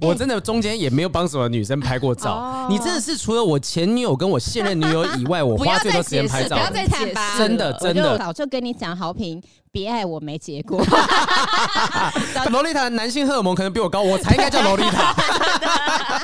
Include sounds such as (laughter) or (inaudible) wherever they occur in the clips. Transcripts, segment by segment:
我真的中间也没有帮什么女生拍过照哦。你真的是除了我前女友跟我现任女友以外，我 (laughs) 不花要最再多时间解拍释，不照要的。再坦白了， (laughs) 真的真的我就早就跟你讲好评，别爱我没结 (laughs) 果。洛丽塔的男性荷尔蒙可能比我高，我才应 (laughs) 该叫洛丽塔。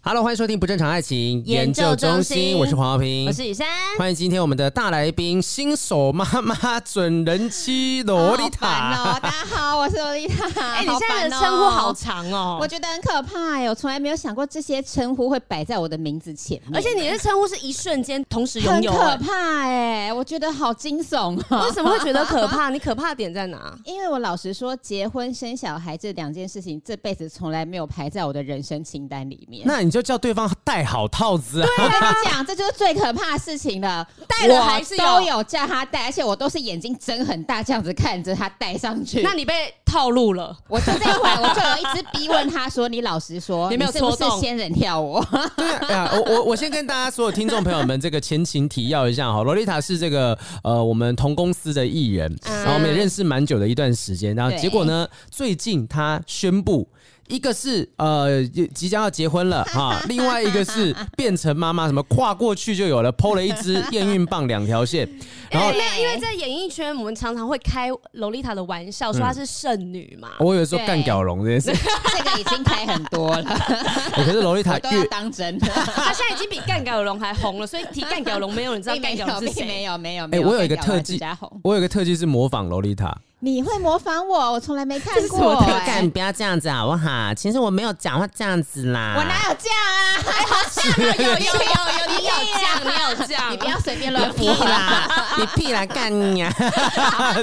Hello，欢迎收听《不正常爱情研究中心我是黄浩平，我是雨珊，欢迎今天我们的大来宾新手妈妈准人妻洛丽好塔。烦哦，大家好，我是洛丽塔。 (laughs) 哎，你好现烦在的哦称呼好。长哦我，觉得很可怕哎、我从来没有想过这些称呼会摆在我的名字前面，而且你的称呼是一瞬间同时拥很有，可哎怕哎、我觉得好惊悚啊、为什么会觉得可怕？你可怕的点在哪？因为我老实说，结婚生小孩这两件事情，这辈子从来没有排在我的人生清单里面。那你就叫对方戴好套子啊！我跟你讲，这就是最可怕的事情了。戴了还是有我都有叫他戴，而且我都是眼睛睁很大这样子看着他戴上去。那你被套路了。我就这一回， (laughs) 我就有一直逼问他说：“你老实说，你没有是不戳是中仙人跳我？ (laughs) 对啊，哎 (laughs) 呀我我我先跟大家所有听众朋友们这个前情提要一下哈，洛丽塔是这个呃我们同公司的艺人，然后我们也认识蛮久的一段时间，然后对结果呢，最近她宣布。一个是呃即将要结婚 (laughs) 了哈，另外一个是变成妈妈，什么跨过去就有了，剖了一支验孕棒两条 (laughs) 线，然后因为没有，因为在演艺圈，我们常常会开洛丽塔的玩笑，说她是剩女嘛。我以为说对干屌龙这件事， (laughs) (laughs) 这个已经开很多了，哎可是洛丽塔我都要越当真。” (laughs) 她现在已经比干屌龙还红了，所以提干屌龙没有人知道并干没屌有，龙是并没谁。有，没有，没哎，有。我有一个干掉特了技指甲红，我有一个特技是模仿洛丽塔，你会模仿我？我从来没看过、哎不要这样子好不好？其实我没有讲话这样子啦我哪有这样啊？ (laughs) 有有有有，你有酱，你有酱，你不要随便乱屁说啦，你屁啦，干你啊！好啊，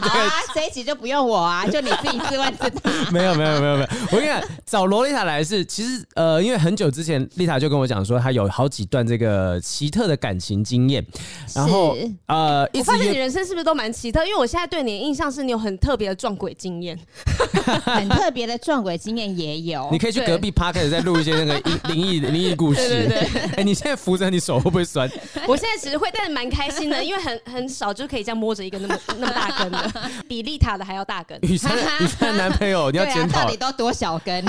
这一集就不用我啊，就你自己自问自 (laughs) 答。 (laughs) 没有没有没有没有，我跟你讲，找罗丽塔来是其实呃，因为很久之前丽塔就跟我讲说，她有好几段这个奇特的感情经验，然后是呃，一直我发现你约人生是不是都蛮奇特？因为我现在对你的印象是你有很特别的撞鬼经验，很特别的撞鬼经验也有你。可以去对隔壁 p a r k 再录一些那个灵灵异灵异故事。对对对，哎，你现在扶着你手会不会酸？ (laughs) 我现在其实会，但是蛮开 (laughs) 心的，因为很很少就可以这样摸着一个那 (laughs) 么那么大根的，比丽塔的还要大 (laughs) 根。雨珊的，雨珊的男朋友你要对检啊，讨到底。都多 (laughs) 小根？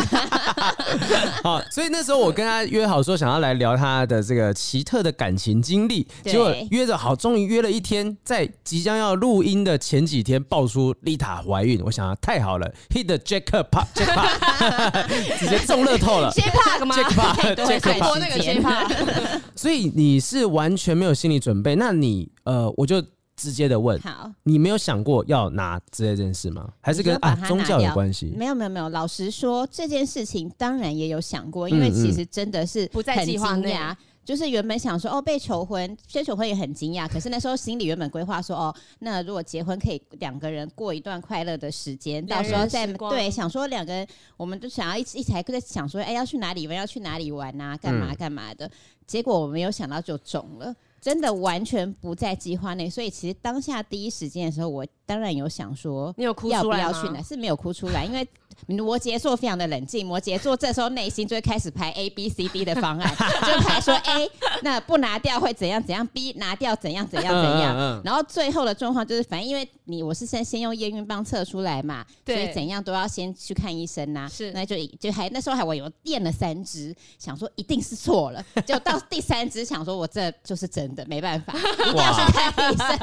好，所以那时候我跟他约好说，想要来聊他的这个奇特的感情经历，对结果约着好，终于约了一天，在即将要录音的前几天爆出丽塔怀孕，我想、啊、太好了，hit the jackpot (laughs) jackpot，直接中乐透了。先 p a 吗？ jackpot (laughs) 会看 jackpot，播那个节 (laughs) j 目 p a 所以你是完全没有心理准备。那你呃，我就直接的问，好，你没有想过要拿之类这件事吗？还是跟你说把啊它拿宗教有掉关 (laughs) 系？没有没有没有。老实说，这件事情当然也有想过，因为嗯嗯其实真的是不在很计划惊内讶。就是原本想说哦被求婚，被求婚也很惊讶。可是那时候心里原本规划说哦，那如果结婚可以两个人过一段快乐的时间，到两人时候再时光对想说两个人，我们就想要一起一起还在想说哎要去哪里玩，要去哪里玩啊，干嗯嘛干嘛的。结果我没有想到就中了。真的完全不在计划内，所以其实当下第一时间的时候，我当然有想说，你有哭要出不来要吗去哪？是没有哭出来，因为摩羯座非常的冷静，摩羯座这时候内心就会开始排 A B C D 的方 (laughs) 案，就排说 A 那不拿掉会怎样怎样，B 拿掉怎样怎样怎嗯样。嗯嗯然后最后的状况就是，反正因为你我是先先用验孕棒测出来嘛，所对以怎样都要先去看医生呐、是那就就还那时候还我有验了三支，想说一定是错 (laughs) 了，就到第三支想说我这就是真的，没 (laughs) 办法，一定要去看医 (laughs) 生。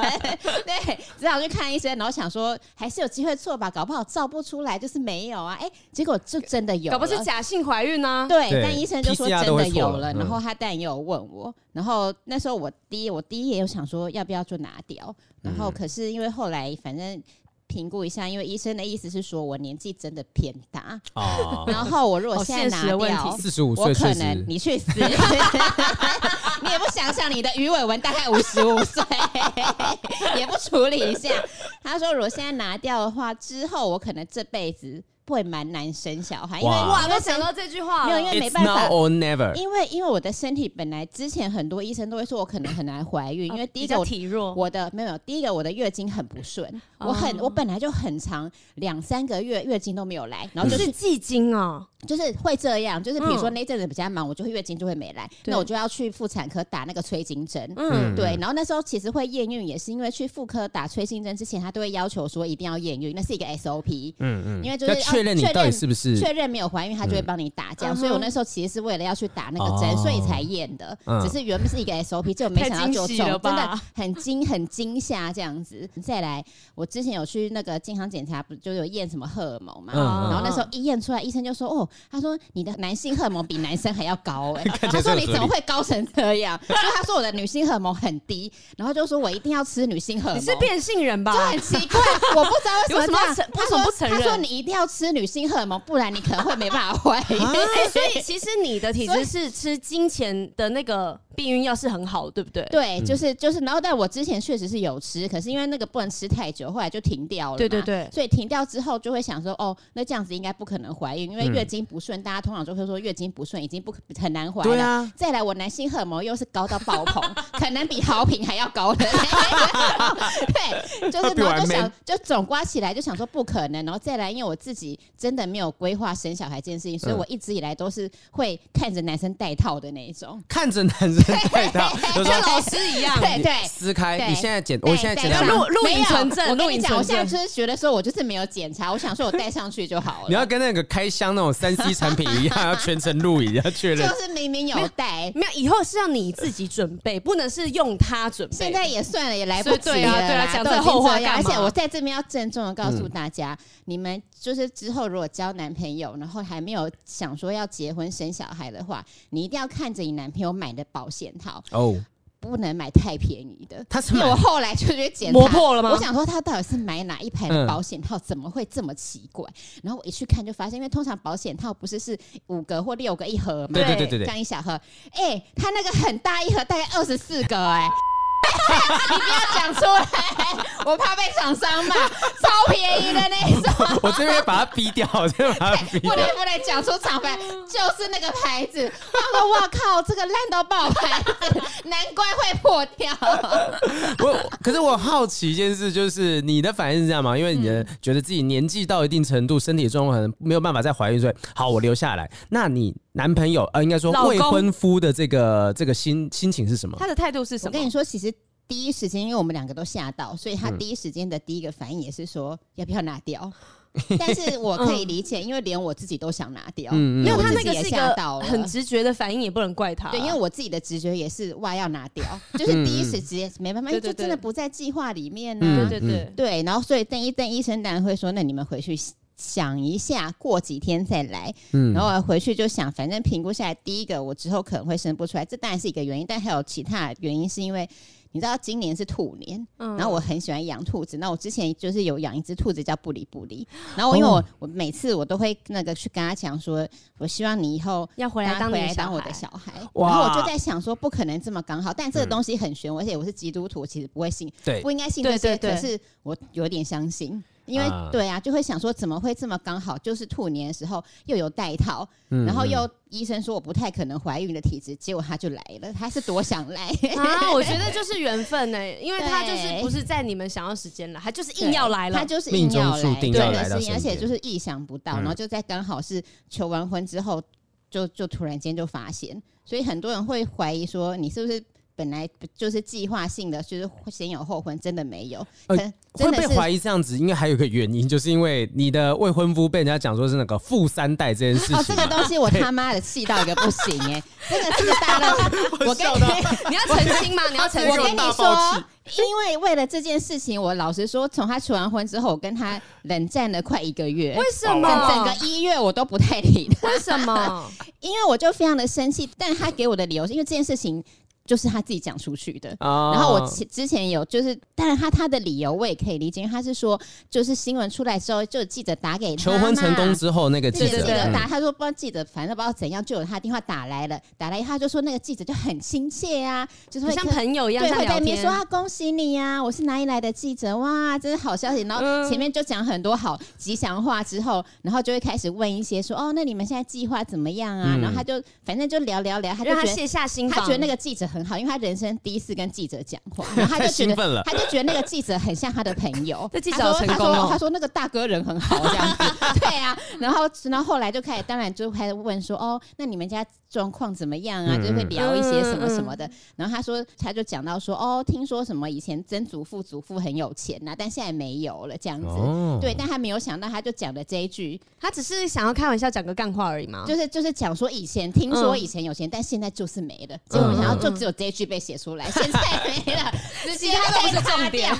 对，只好去看医生，然后想说还是有机会错吧，搞不好照不出来就是没有啊，哎、结果就真的有了，搞不好是假性怀孕啊呢、对，对但医生就说 PCR 真都会的错有了了，嗯然后他但也有问我，然后那时候我第一我第一也有想说要不要就拿掉，然嗯后可是因为后来反正评估一下，因为医生的意思是说我年纪真的偏大，啊，然后我如果好现在现实的拿问题掉。哦四十五我岁确可实能你 (laughs) 去死，你也不想想你的鱼尾纹大概五十五岁，也不处理一下。他说，如果现在拿掉的话，之后我可能这辈子会蛮难生小孩，因为哇哇，我想到这句话了，没有因哎为没 It's 办法 now or never。因为因为我的身体本来之前很多医生都会说我可能很难怀孕，因为第一哦比个较我。体弱，我的没有，第一个我的月经很不顺，哦我很我本来就很长两三个月月经都没有来，然后你就是是季经哦，就是会这样，就是比如说嗯那一阵子比较忙，我就会月经就会没来，对那我就要去妇产科打那个催经针，嗯，对，然后那时候其实会验孕也是因为去妇科打催经针之前，他都会要求说一定要验孕，那是一个 SOP，嗯嗯因为就是要要确认你确到底认是不是确认没有怀孕，他就会帮你打这样。嗯所以我那时候其实是为了要去打那个哦针，所以才验的嗯。只是原本是一个 SOP，结果没想到就太惊喜了中，吧真的很惊很惊吓这样子。再来，我之前有去那个健康检查，不就有验什么荷尔蒙嘛？嗯然后那时候一验出来，医生就说：“哦，他说你的男性荷尔蒙比男生还要高哎、 (laughs) 看起他来是说很你怎合理么会高成这样？ (laughs) 所以他说我的女性荷尔蒙很低，然后就说我一定要吃女性荷尔你蒙。是变性人吧哎就？很奇怪，我不知道为什么这样你为什么要承为什么不承认他说他说你一定要吃女性荷尔蒙，不然你可能会没办法 (laughs) 怀孕。哎所以其实你的体质是吃金钱的那个避孕药是很好的，对不对？对，嗯就是就是，然后但我之前确实是有吃，可是因为那个不能吃太久，后来就停掉了嘛。对对对所以停掉之后就会想说，哦，那这样子应该不可能怀孕，因嗯为月经不顺，大家通常就会说月经不顺已经不很难怀对了。啊，再来，我男性荷尔蒙又是高到爆棚，可能比豪平还要 (laughs) 高的。对，就是比我然还后就 man 想，就总刮起来就想说不可能，然后再来，因为我自己真的没有规划生小孩这件事情，所以嗯我一直以来都是会看着男生戴套的那一种。 (laughs) 看着男生太大，就像说啊老师一样，对对。撕开，对你现在剪，戴我现在剪戴掉上录录没影有存证我跟录你影讲，我现存在证就是觉得说，我就是没有检查，我想说我戴上去就好了。你要跟那个开箱那种三 C 产品一样，要全程录影，要确认。就是明明有戴，没有，以后是要你自己准备，不能是用它准备。现在也算了，也来不及所了以啦。对啊对啊讲都这已经后话这样干而嘛且我在这边要郑重的告诉大家，你们就是之后如果交男朋友，然后还没有想说要结婚生小孩的话，你一定要看着你男朋友买的保险套，哦，不能买太便宜的。他是因为买我后来就去检查磨破了吗嗯我想说他到底是买哪一牌的保险套，怎么会这么奇怪？然后我一去看就发现，因为通常保险套不是是五个或六个一盒吗？对对对对对这对，样一小盒，哎、他那个很大一盒，大概二十四个、 (laughs) 哎。你不要讲出来，我怕被厂商骂，超便宜的那一 (laughs) 种， (laughs) 我这边把它逼掉，我这边 (laughs) 把它逼不掉。能不能讲出厂牌，就是那个牌子。他说：“哇靠，这个烂到爆牌子，难怪会破掉。我可是我好奇一件事，就是你的反应是这样吗？因为你的觉得自己年纪到一定程度，身体状况可能没有办法再怀孕，所以好，我留下来。那你男朋友呃，应该说老公未婚夫的这个这个心心情是什么？他的态度是”什我么？跟你说，其实第一时间，因为我们两个都吓到，所以嗯他第一时间的第一个反应也是说要不要拿掉。 (laughs) 但是我可以理解，因为连我自己都想拿掉，嗯嗯因为没有，我他自那己个也是一吓个到了，很直觉的反应，也不能怪他。对，因为我自己的直觉也是哇要拿掉， (laughs) 就是第一时间没办法，因为就对对嗯对真的不在计划里面呢、嗯对对对，对，然后所以邓医邓医生当然会说，那你们回去想一下，过几天再来。嗯然后我回去就想，反正评估下来，第一个我之后可能会生不出来，这当然是一个原因，但还有其他的原因是因为。你知道今年是兔年，嗯然后我很喜欢养兔子。那我之前就是有养一只兔子叫布里布嗯里，然后我因为我、我每次我都会那个去跟他讲说，我希望你以后要回他来当回你来当我孩的 (laughs) 小孩。哇然后我就在想说，不可能这么刚好，但嗯这个东西很玄，而且我是基督徒，其实不会信，对不应该信对这些。对对可是我有点相信，因为、啊对啊，就会想说怎么会这么刚好？就是兔年的时候又有带套，嗯然后又医生说我不太可能怀孕的体质，结果他就来了，他是多想来。啊，我觉得就是缘分呢、因为他就是对不是在你们想要时间了，他就是硬要来了。他就是命硬中要来，注定真要来的到是，身而且边就是意想不到，嗯然后就在刚好是求完婚之后，就就突然间就发现，所以很多人会怀疑说你是不是本来就是计划性的，就是先有后婚，真的没有，呃可能会真的被是怀疑这样子，因为还有一个原因，就是因为你的未婚夫被人家讲说是那个富三代这件事 (laughs) 哦，这情啊个嘛。东西我他妈的气到一个不行哎、这个这个大到，我跟你你要澄清吗？你要澄我跟清你吗？说，因为为了这件事情，我老实说，从他求完婚之后，我跟他冷战了快一个月，为什么？整整个一月我都不太理他，为什么？因为我就非常的生气。但他给我的理由是因为这件事情就是他自己讲出去的。啊然后我其之前有就是，当然他他的理由我也可以理解，因为他是说就是新闻出来之后，就有记者打给他求婚成嘛功之后，那个记记对者者对对嗯打，他说不知道记者，反正不知道怎样，就有他电话打来了，打来他就说那个记者就很亲切啊，就是你会像跟。朋友一样 (laughs) 对，像会在聊那边天说。啊，恭喜你呀、我是哪里来的记者哇，真是好消息。然嗯后前面就讲很多好吉祥话之后，然后就会开始问一些说哦，那你们现在计划怎么样啊？嗯然后他就反正就聊聊聊，他就让他觉得卸下心他防，。觉得那个记者很好，因为他人生第一次跟记者讲话，然后他太就觉兴奋了得他就觉得那个记者很像他的朋友 (laughs) 这记者他好说成他功哦说他说那个大哥人很好这样子， (laughs) 对啊。然后然后后来就开始，当然就开始问说哦，那你们家状况怎么样啊？嗯就会聊一些什么嗯嗯什么的。然后他说他就讲到说哦，听说什么以前曾祖父祖父很有钱呐、但现在没有了这样子。哦对，但他没有想到，他就讲了这一句，他只是想要开玩笑讲个干话而已嘛。就是就是讲说以前听说嗯以前有钱，但现在就是没了。结果没想到就只有这一句被写出来，现在没 (laughs) 了，直接嗯他都不是被擦重点掉。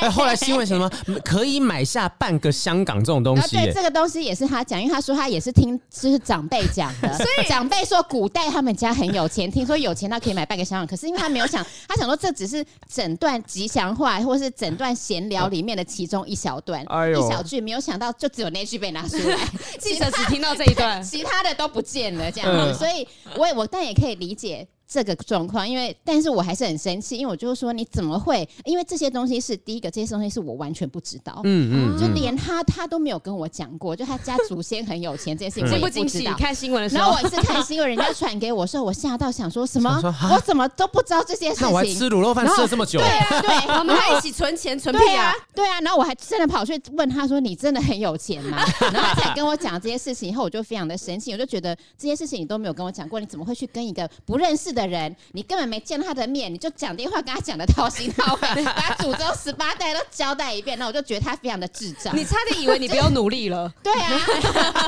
哎，后来新闻什么 (laughs) 可以买下半个香港这种东然后西啊对耶，这个东西也是他讲，因为他说他也是听就是长辈讲的，所以长辈说古代他们家很有钱，听说有钱到可以买半个香港，可是因为他没有想，他想说这只是整段吉祥话或是整段闲聊里面的其中一小段，啊哎呦一小句，没有想到就只有那句被拿出来，记者只听到这一 (laughs)，段其他的都不见了，这样嗯子，所以我也我但也可以理解。这个状况，因为但是我还是很生气，因为我就是说你怎么会？因为这些东西是第一个，这些东西是我完全不知道，嗯嗯就连他他都没有跟我讲过，就他家祖先很有钱这件事情，我也惊嗯不不惊知喜？道。看新闻的时然后候我，也是看新闻，人家传给我说，我吓到想说什么想说哈？我怎么都不知道这些事那我还情。吃卤肉饭吃了这么久，对啊，对， (laughs) 我们还一起存钱存对屁啊啊！，对啊，然后我还真的跑去问他说：“你真的很有钱吗？” (laughs) 然后他才跟我讲这些事情以后，我就非常的生气，我就觉得这些事情你都没有跟我讲过，你怎么会去跟一个不认识的人，你根本没见到他的面，你就讲电话跟他讲的掏心掏肺， (laughs) 把祖宗十八代都交代一遍，那我就觉得他非常的智障。你差点以为你不用努 (laughs) 力了，对啊，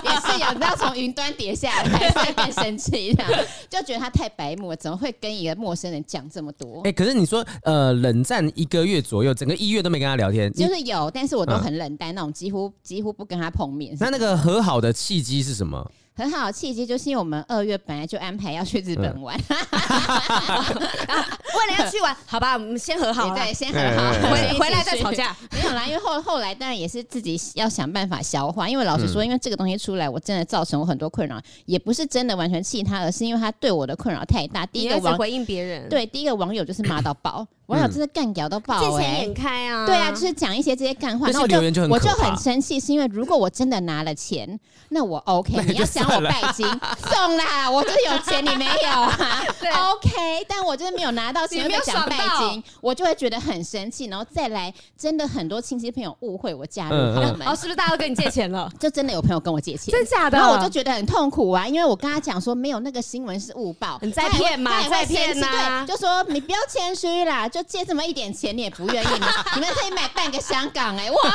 也是有，你知道从云端跌下来，才变生气，这样就觉得他太白目了，怎么会跟一个陌生人讲这么多哎、？可是你说，呃，冷战一个月左右，整个一月都没跟他聊天，你就是有，但是我都嗯很冷淡，那种几乎几乎不跟他碰面。那那个和好的契机是什么？很好的契机，就是因为我们二月本来就安排要去日本玩，嗯为了要去玩，好吧，我们先和好了，对，先很好，先一 (laughs) 回起回来再去吵。架。没有啦，因为后后来当然也是自己要想办法消化，因为老实嗯说，因为这个东西出来，我真的造成我很多困扰，也不是真的完全气他，而是因为他对我的困扰太大。第 (laughs) 你一要个一直网回应别嗯人，，对第一个网友就是骂到 (clears throat) 爆，网友真的干屌到见爆钱哎、眼开啊，对啊，就是讲一些这些干话，那些那我留言就很我可就怕很生气，是因为如果我真的拿了钱，那 (laughs) 我 OK，那你就要想我算了拜 (laughs) 金送啦，我就是有钱，你没有啊对 (laughs) ？OK，但我就是没有拿到你钱，没有被讲爽拜到金，我就会觉得很生气，然后再来，真的很多亲戚朋友误会我嫁入嗯豪嗯门哦，，是不是大家都跟你借钱了？就真的有朋友跟我借钱， (laughs) 真假的？然后我就觉得很痛苦啊，因为我跟他讲说没有那个新闻是误报，你在他也骗嘛他也会在骗啊生气呐对，就说你不要谦虚啦，就借这么一点钱你也不愿意， (laughs) 你你们可以买半个香港哎、哇，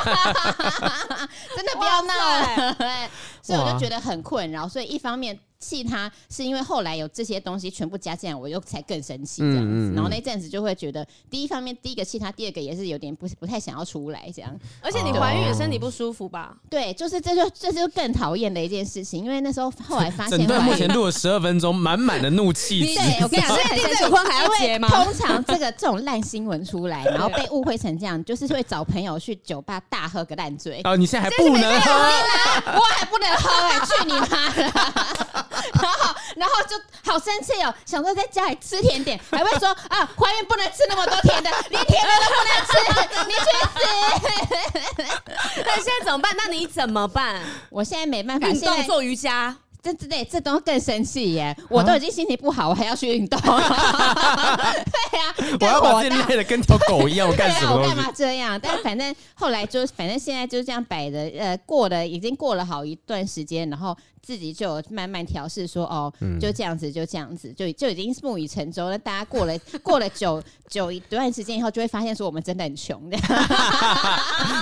(laughs) 真的不要闹了、 (laughs) 所以我就觉得很困扰，所以一方面。气他是因为后来有这些东西全部加进来，我又才更生气这样子。嗯嗯嗯然后那阵子就会觉得，第一方面第一个气他，第二个也是有点不不太想要出来这样。而且你怀孕也身体不舒服 (laughs) 吧？对，就是这就这就更讨厌的一件事情，因为那时候后来发现整段怀目孕前录了十二分钟，满满的怒气值。对，我 (laughs) 跟你讲，你这很确生定这气个婚还要因为结吗通常这个这种烂新闻出来，然后被误会成这样，就是会找朋友去酒吧大喝个烂 (laughs) 醉。啊哦，你现在还不能喝，我还不能喝哎、去你妈的！ (laughs) 然后，然后就好生气哦，想说在家里吃甜点，还会说啊，怀孕不能吃那么多甜的，连甜的都不能吃，你去死！ (laughs) 那现在怎么办？那你怎么办？ (laughs) 我现在没办法，运现动在做瑜伽，这这对这东西更生气耶！我都已经心情不好，我还要去运动， (laughs) 对呀、啊，我要更把火自己大累得跟条狗一样，我对干什啊，么我东干西？嘛这样？但反正后来就，反正现在就是这样摆的，呃，过了已经过了好一段时间，然后自己就有慢慢调试说，哦，嗯就这样子，就这样子，就就已经木已成舟了。大家过了过了久久一段时间以后，就会发现说我们真的很穷的，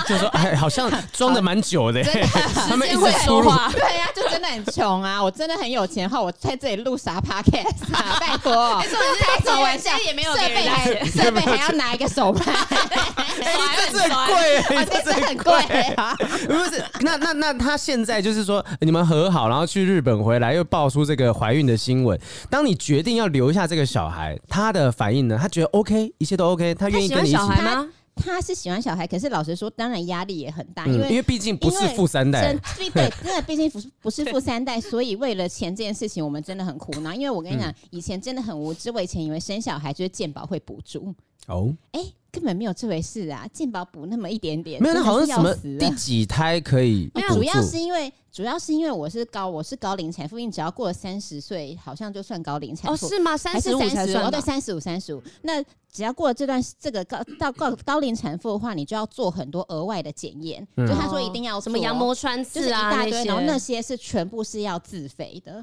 就说哎，好像装的蛮久的， (laughs) 他们一直会出入。 (laughs) 对呀、就真的很穷啊！我真的很有钱的话，我在这里录啥 podcast 啊？ (laughs) 拜托，重点是开什么玩现笑？在也没有设别人备拿还设备还要拿一个手 (laughs) 办，哎，你这很这很贵，我你这真的哦很很贵贵。 (laughs) 啊！不是，那那那他现在就是说，你们和好，然后去日本回来，又爆出这个怀孕的新闻。当你决定要留下这个小孩，他的反应呢？他觉得 OK，一切都 OK，他愿意跟你一起小。孩吗？他是喜欢小孩，可是老实说，当然压力也很大，嗯因因为为毕竟不是富三代真， (laughs) 对对，真的毕竟不是不是富三代，所以为了钱这件事情，我们真的很苦恼。因为我跟你嗯讲，以前真的很无知，我以前以为生小孩就是健保会补助，哦，哎、根本没有这回事啊，健保补那么一点点，没有，那好像真的什是么要死啊第了。几胎可以没有，补主要助是？因为主要是因为我是高我是高龄产妇，因为你只要过了三十岁，好像就算高龄产哦，妇。是吗？三还是十五35才哦，算对，吧。三十五，三十五。那只要过了这段这个高到高高龄产妇的话，你就要做很多额外的检验，嗯就他说一定要做哦什么羊。膜穿就是刺一啊大堆，些，然后那些是全部是要自费的，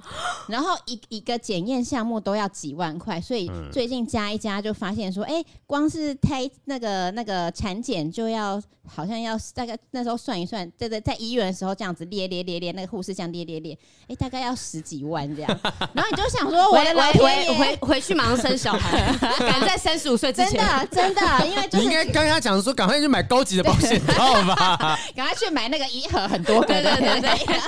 然后一一个检验项目都要几万块，所以最近加一加就发现说，哎、光是胎那个那个产检就要好像要大概那时候算一算，对对，在医院的时候这样子列列列列，那个护士这样列列列，哎、大概要十几万这样，然后你就想说，我回的老回天回爷回回去马上生小孩， (laughs) 赶在三十五岁之真前。的真的，因为就你应是该刚刚讲说，赶快去买高级的保险套吧。赶快去买那个一盒很多个的，对对对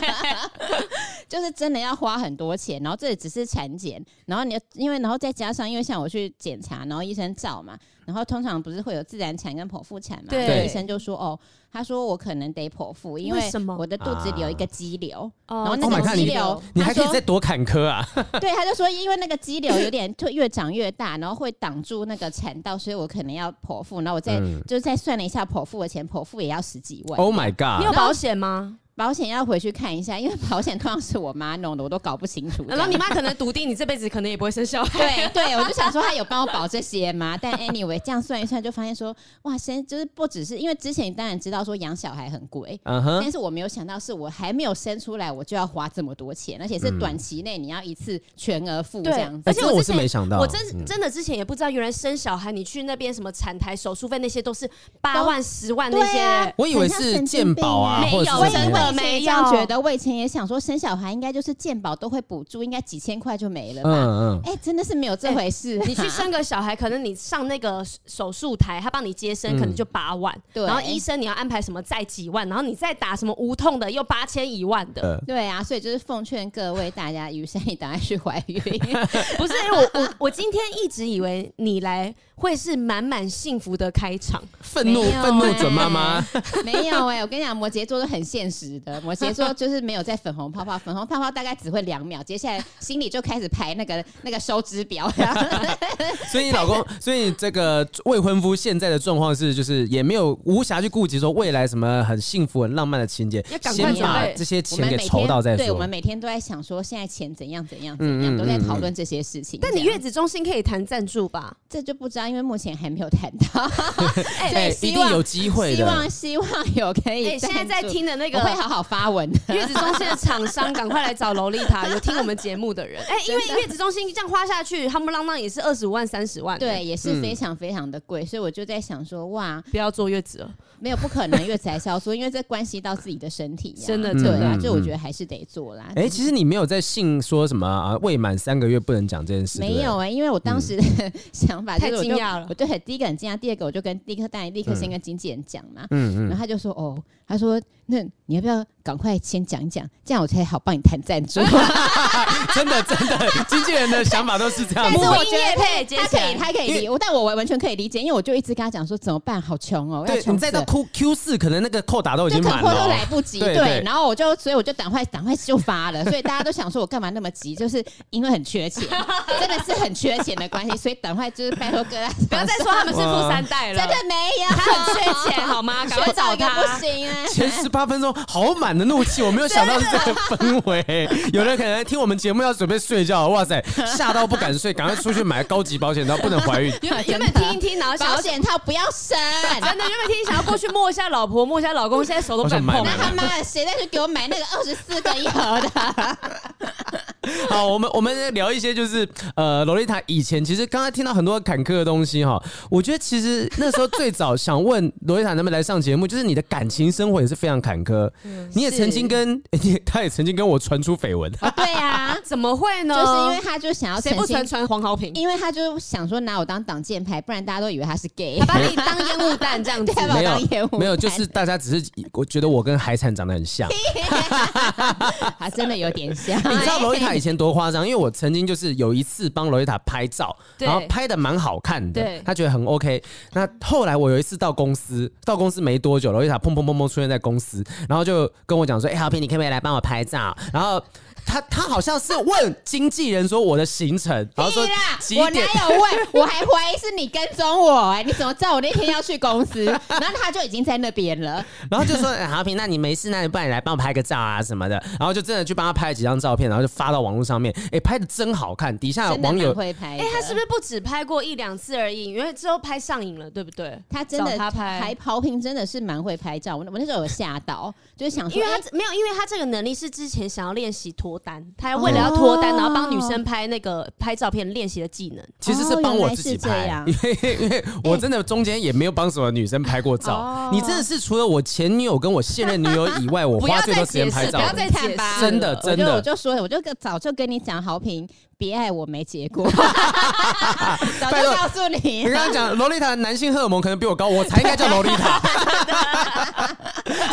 (laughs) 就是真的要花很多钱。然后这里只是产检，然后你因为然后再加上因为像我去检查，然后医生照嘛，然后通常不是会有自然产跟剖腹产嘛，对然后医生就说哦，他说我可能得剖腹，因为什么我的肚子里有一个肌瘤，哦然后 Oh 那 my 个 god，肌你瘤，你他还可以说再多坎坷啊！对，他就说因为那个肌瘤有点就越长越大，然后会挡住那个产道，所以我可能要剖腹。然后我再、嗯就再算了一下剖腹的钱，剖腹也要十几万。 Oh my 你 god！有保险吗？保险要回去看一下，因为保险通常是我妈弄的，我都搞不清 (laughs) 楚这样。然后你妈可能笃定你这辈子可能也不会生小孩。对对，我就想说她有帮我保这些吗？ (laughs) 但 anyway，这样算一算就发现说，哇，先就是不只是因为之前当然知道说养小孩很贵。嗯哼，但是我没有想到，是我还没有生出来，我就要花这么多钱，而且是短期内你要一次全额付 (laughs) 这样子。哎而且这我我之是前没想到，嗯我真真的之前也不知道，原来生小孩你去那边什么产台手术费那些都是八万、十万那对啊些。我以为是健保啊，很像或者神经病是什么我以为欸没有真的没没有这样觉得，我以前也想说生小孩应该就是健保都会补助，应该几千块就没了吧？嗯嗯，哎、真的是没有这回事啊、你去生个小孩，可能你上那个手术台，他帮你接生，可嗯能就八万。对然后医生你要安排什么再几万，然后你再打什么无痛的，又八千一万的。 (laughs) 呃，对啊，所以就是奉劝各位大家，雨山你赶快去怀孕。 (laughs) 不是我我我今天一直以为你来会是满满幸福的开场，愤怒没有愤怒哎准妈妈，没有哎、我跟你讲，摩羯座是很现实的，摩羯座就是没有在粉红泡泡，粉红泡泡大概只会两秒，接下来心里就开始排那个那个收支表。 (laughs) 所以你老公，所以这个未婚夫现在的状况是，就是也没有无暇去顾及说未来什么很幸福、很浪漫的情节要，赶快先把准备这些我钱们给每筹天到再对，我说们。每天都在想说现在钱怎样怎样怎样，嗯嗯都在讨论这些事情。但你这样月子中心可以谈赞助吧？这就不知道，因为目前还没有谈到， (laughs) 所以哎，一希定望有机会希的望。希望有可以哎、赞助。现在在听的那我个会好好发文。 (laughs) 月子中心的厂商，赶快来找萝莉塔，有听我们节目的 (laughs) 人。哎、因为月子中心这样花下去，夯不啷当也是二十五万、三十万。，对，也嗯是非常非常的贵，所以我就在想说，哇，不要坐月子哦了。没有不可能月子来消缩， (laughs) 因为这关系到自己的身体呀、真的对真啊，的就我觉得还是得做啦。哎，嗯其实你没有在信说什么啊，未满三个月不能讲这件事，对不没对有。哎、因为我当时嗯的 (laughs) 想法就是太我就惊讶了我就很第一个很惊讶，第二个我就跟立刻当然立刻先跟经纪人讲嘛，嗯然后嗯，他就说哦，他说那你要不要赶快先讲一讲，这样我才好帮你谈赞助。 (laughs) (laughs) 真的真的，经纪人的想法都是这样哎但子是。我觉母婴业得配 (laughs) 接他可起来以，他可以理，我但我完全可以理解，因为我就一直跟他讲说怎么办，好穷哦，要对，穷你再死了到 Q Q 四，可能那个扣打都已就经可满能货了哦。都来不及，对对对然后我就，所以我就赶快赶快就发了，所以大家都想说我干嘛那么急，就是因为很缺钱，真的是很缺钱的关系，所以赶快就是拜托各位，啊不要再说他们是富三代 (laughs) 真了，的没有， (laughs) 他很缺钱好吗？赶快学找长也他。不行哎、前十八分钟好满的怒 (laughs) 气，我没有想到是这个氛围。有人可能听我们节目要准备睡觉了，哇 (laughs) 塞，吓到不敢睡，赶快出去买高级保险套，不能 (laughs) 怀孕。原 (laughs) 本原本听一听，然后想保 (laughs) 要险套不要生，真的原本听想要过去摸一下老婆，摸一下老公，现在手都不敢碰我想买那买他妈的谁再去给我买那个二十四根一盒 (laughs) 的？好，我们我们聊一些就是呃，洛丽塔以前其实刚才听到很多坎坷的东西哈，我觉得其实那时候最早想问洛丽塔能不能来上节目，就是你的感情生活也是非常坎坷，嗯你也曾经跟、 (laughs) 诶你他也曾经跟我传出绯闻，对哎啊，怎么会呢？ (laughs) 就是因为他就想要谁澄不清曾传黄豪平，因为他就想说拿我当挡箭牌，不然大家都以为他是 gay 他。把你当烟雾弹这样子。 (laughs) 对吧没当烟有雾没有，弹就是大家只是我觉得我跟海产长得很像，他真的有点像。 (laughs) 你知道罗丽塔 (laughs) 以前多夸张？因为我曾经就是有一次帮罗丽塔拍照，对然后拍的蛮好看的对，她觉得很 OK。那后来我有一次到公司，到公司没多久，罗丽塔砰砰砰砰出现在公司，然后就跟我讲说：“哎、浩平，你可不可以来帮我拍照？”然后她她好像是问经纪人说我的行程，然后说屁啦几我点。哪有问？ (laughs) 我还怀疑是你跟踪我哎、你怎么知道我那天要去公司？ (laughs) 然后他就已经在那边了，然后就说：“哎好平，那你没事，那你不然你来帮我拍个照啊什么的。”然后就真的去帮他拍了几张照片，然后就发到网络上面。哎、拍的真好看，底下真的啊网友蛮会拍的。哎，他是不是不只拍过一两次而已？因为之后拍上瘾了，对不对？他真的找他拍还刨平，真的是蛮会拍照。我我那时候有吓到，就是想说，因为他哎没有，因为他这个能力是之前想要练习脱单，他为了要脱单，哦然后帮女生拍那个拍照片练习的技能。其实是帮我自己拍哦，因为因 (laughs) 哎为我真的中间也没有帮什么女生拍过照哦。你真的是除了我前女友跟我现任女友以外，我不要花最再多时间解拍释，不照。要再太解吧释，真的我真就我的，就说，我就跟早就跟你讲，好评，别爱我没结 (laughs) 果，早拜就托告诉你你刚刚讲洛丽塔的男性荷尔蒙可能比我高，我才应该叫洛丽塔。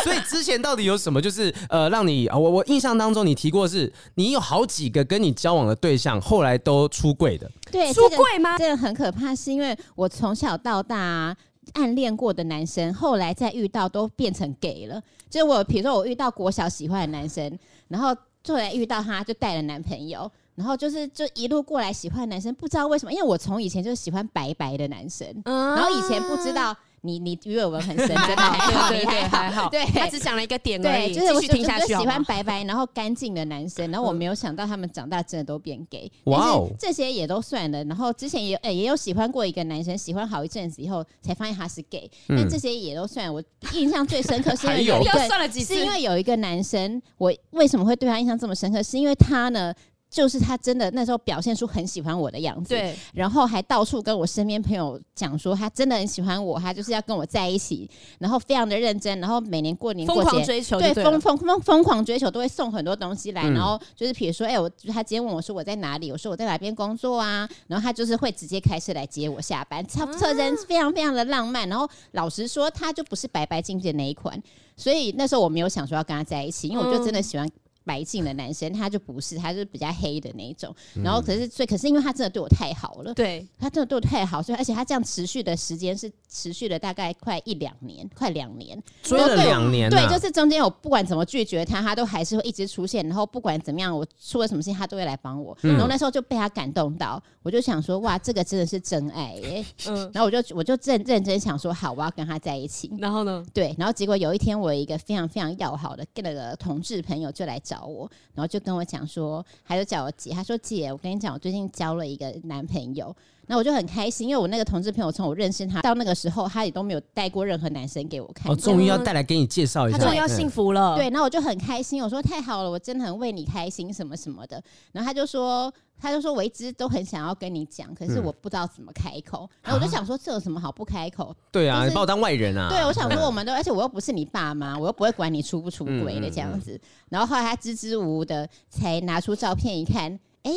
所以之前到底有什么？就是呃，让你啊我我印象当中你提过是，你有好几个跟你交往的对象后来都出柜的，对，出这个柜吗？这个很可怕，是因为我从小到大、啊暗恋过的男生，后来再遇到都变成 gay 了。就是我，比如说我遇到国小喜欢的男生，然后后来遇到他就带了男朋友，然后就是就一路过来喜欢的男生，不知道为什么，因为我从以前就是喜欢白白的男生，嗯然后以前不知 (laughs) 道你你鱼尾纹很深，真的还好，对对你对，啊 (laughs) 还好，对他只讲了一个点而对，已，就是我继就续听下就去好嗯喜吗欢白白然后干净的男生，然后我没有想到他们长大真的都变 gay。哇哦但是这些也都算了。然后之前也有、哎也有喜欢过一个男生，喜欢好一阵子以后才发现他是 gay，、但哎嗯这些也都算。我印象最深刻是因为有一嗯还有个又 (laughs) 算了几次是因为有一个男生，我为什么会对他印象这么深刻？是因为他呢，就是他真的那时候表现出很喜欢我的样子，对，然后还到处跟我身边朋友讲说，他真的很喜欢我，他就是要跟我在一起，然后非常的认真，然后每年过年疯过狂节。追求就对，对疯了，疯疯疯狂追求都会送很多东西来，嗯然后就是比如说，哎、我他今天问我说我在哪里，我说我在哪边工作啊，然后他就是会直接开车来接我下班，车车真非常非常的浪漫。然后老实说，他就不是白白净净的那一款，所以那时候我没有想说要跟他在一起，因为我就真嗯的喜欢。白净的男生，他就不是，他就是比较黑的那一种。然后，可是，所以，可是，因为他真的对我太好了，嗯对，他真的对我太好，所以而且他这样持续的时间是持续了大概快一两年，快两年。追了两年啊对，呐。就是中间我不管怎么拒绝他，他都还是会一直出现。然后不管怎么样，我出了什么事情，他都会来帮我。然后那时候就被他感动到，我就想说，哇，这个真的是真爱耶！嗯，然后我就我就认认真想说，好，我要跟他在一起。然 (laughs) 后呢？对，然后结果有一天，我有一个非常非常要好的那个同志朋友就来找我，然后就跟我讲说，他就叫我姐，他说姐，我跟你讲，我最近交了一个男朋友，那我就很开心，因为我那个同志朋友从我认识他到那个时候，他也都没有带过任何男生给我看哦，过，终于要带来给你介绍一下，嗯他终于要幸福了，对，，那我就很开心，我说太好了，我真的很为你开心，什么什么的。然后他就说，他就说我一直都很想要跟你讲，可是嗯我不知道怎么开口。然后我就想说，这有什么好不开口？对啊，就是你把我当外人啊。对，我想说我们都，而且我又不是你爸妈，我又不会管你出不出嗯轨的这样子。然后后来他支支吾吾的才拿出照片一看，哎。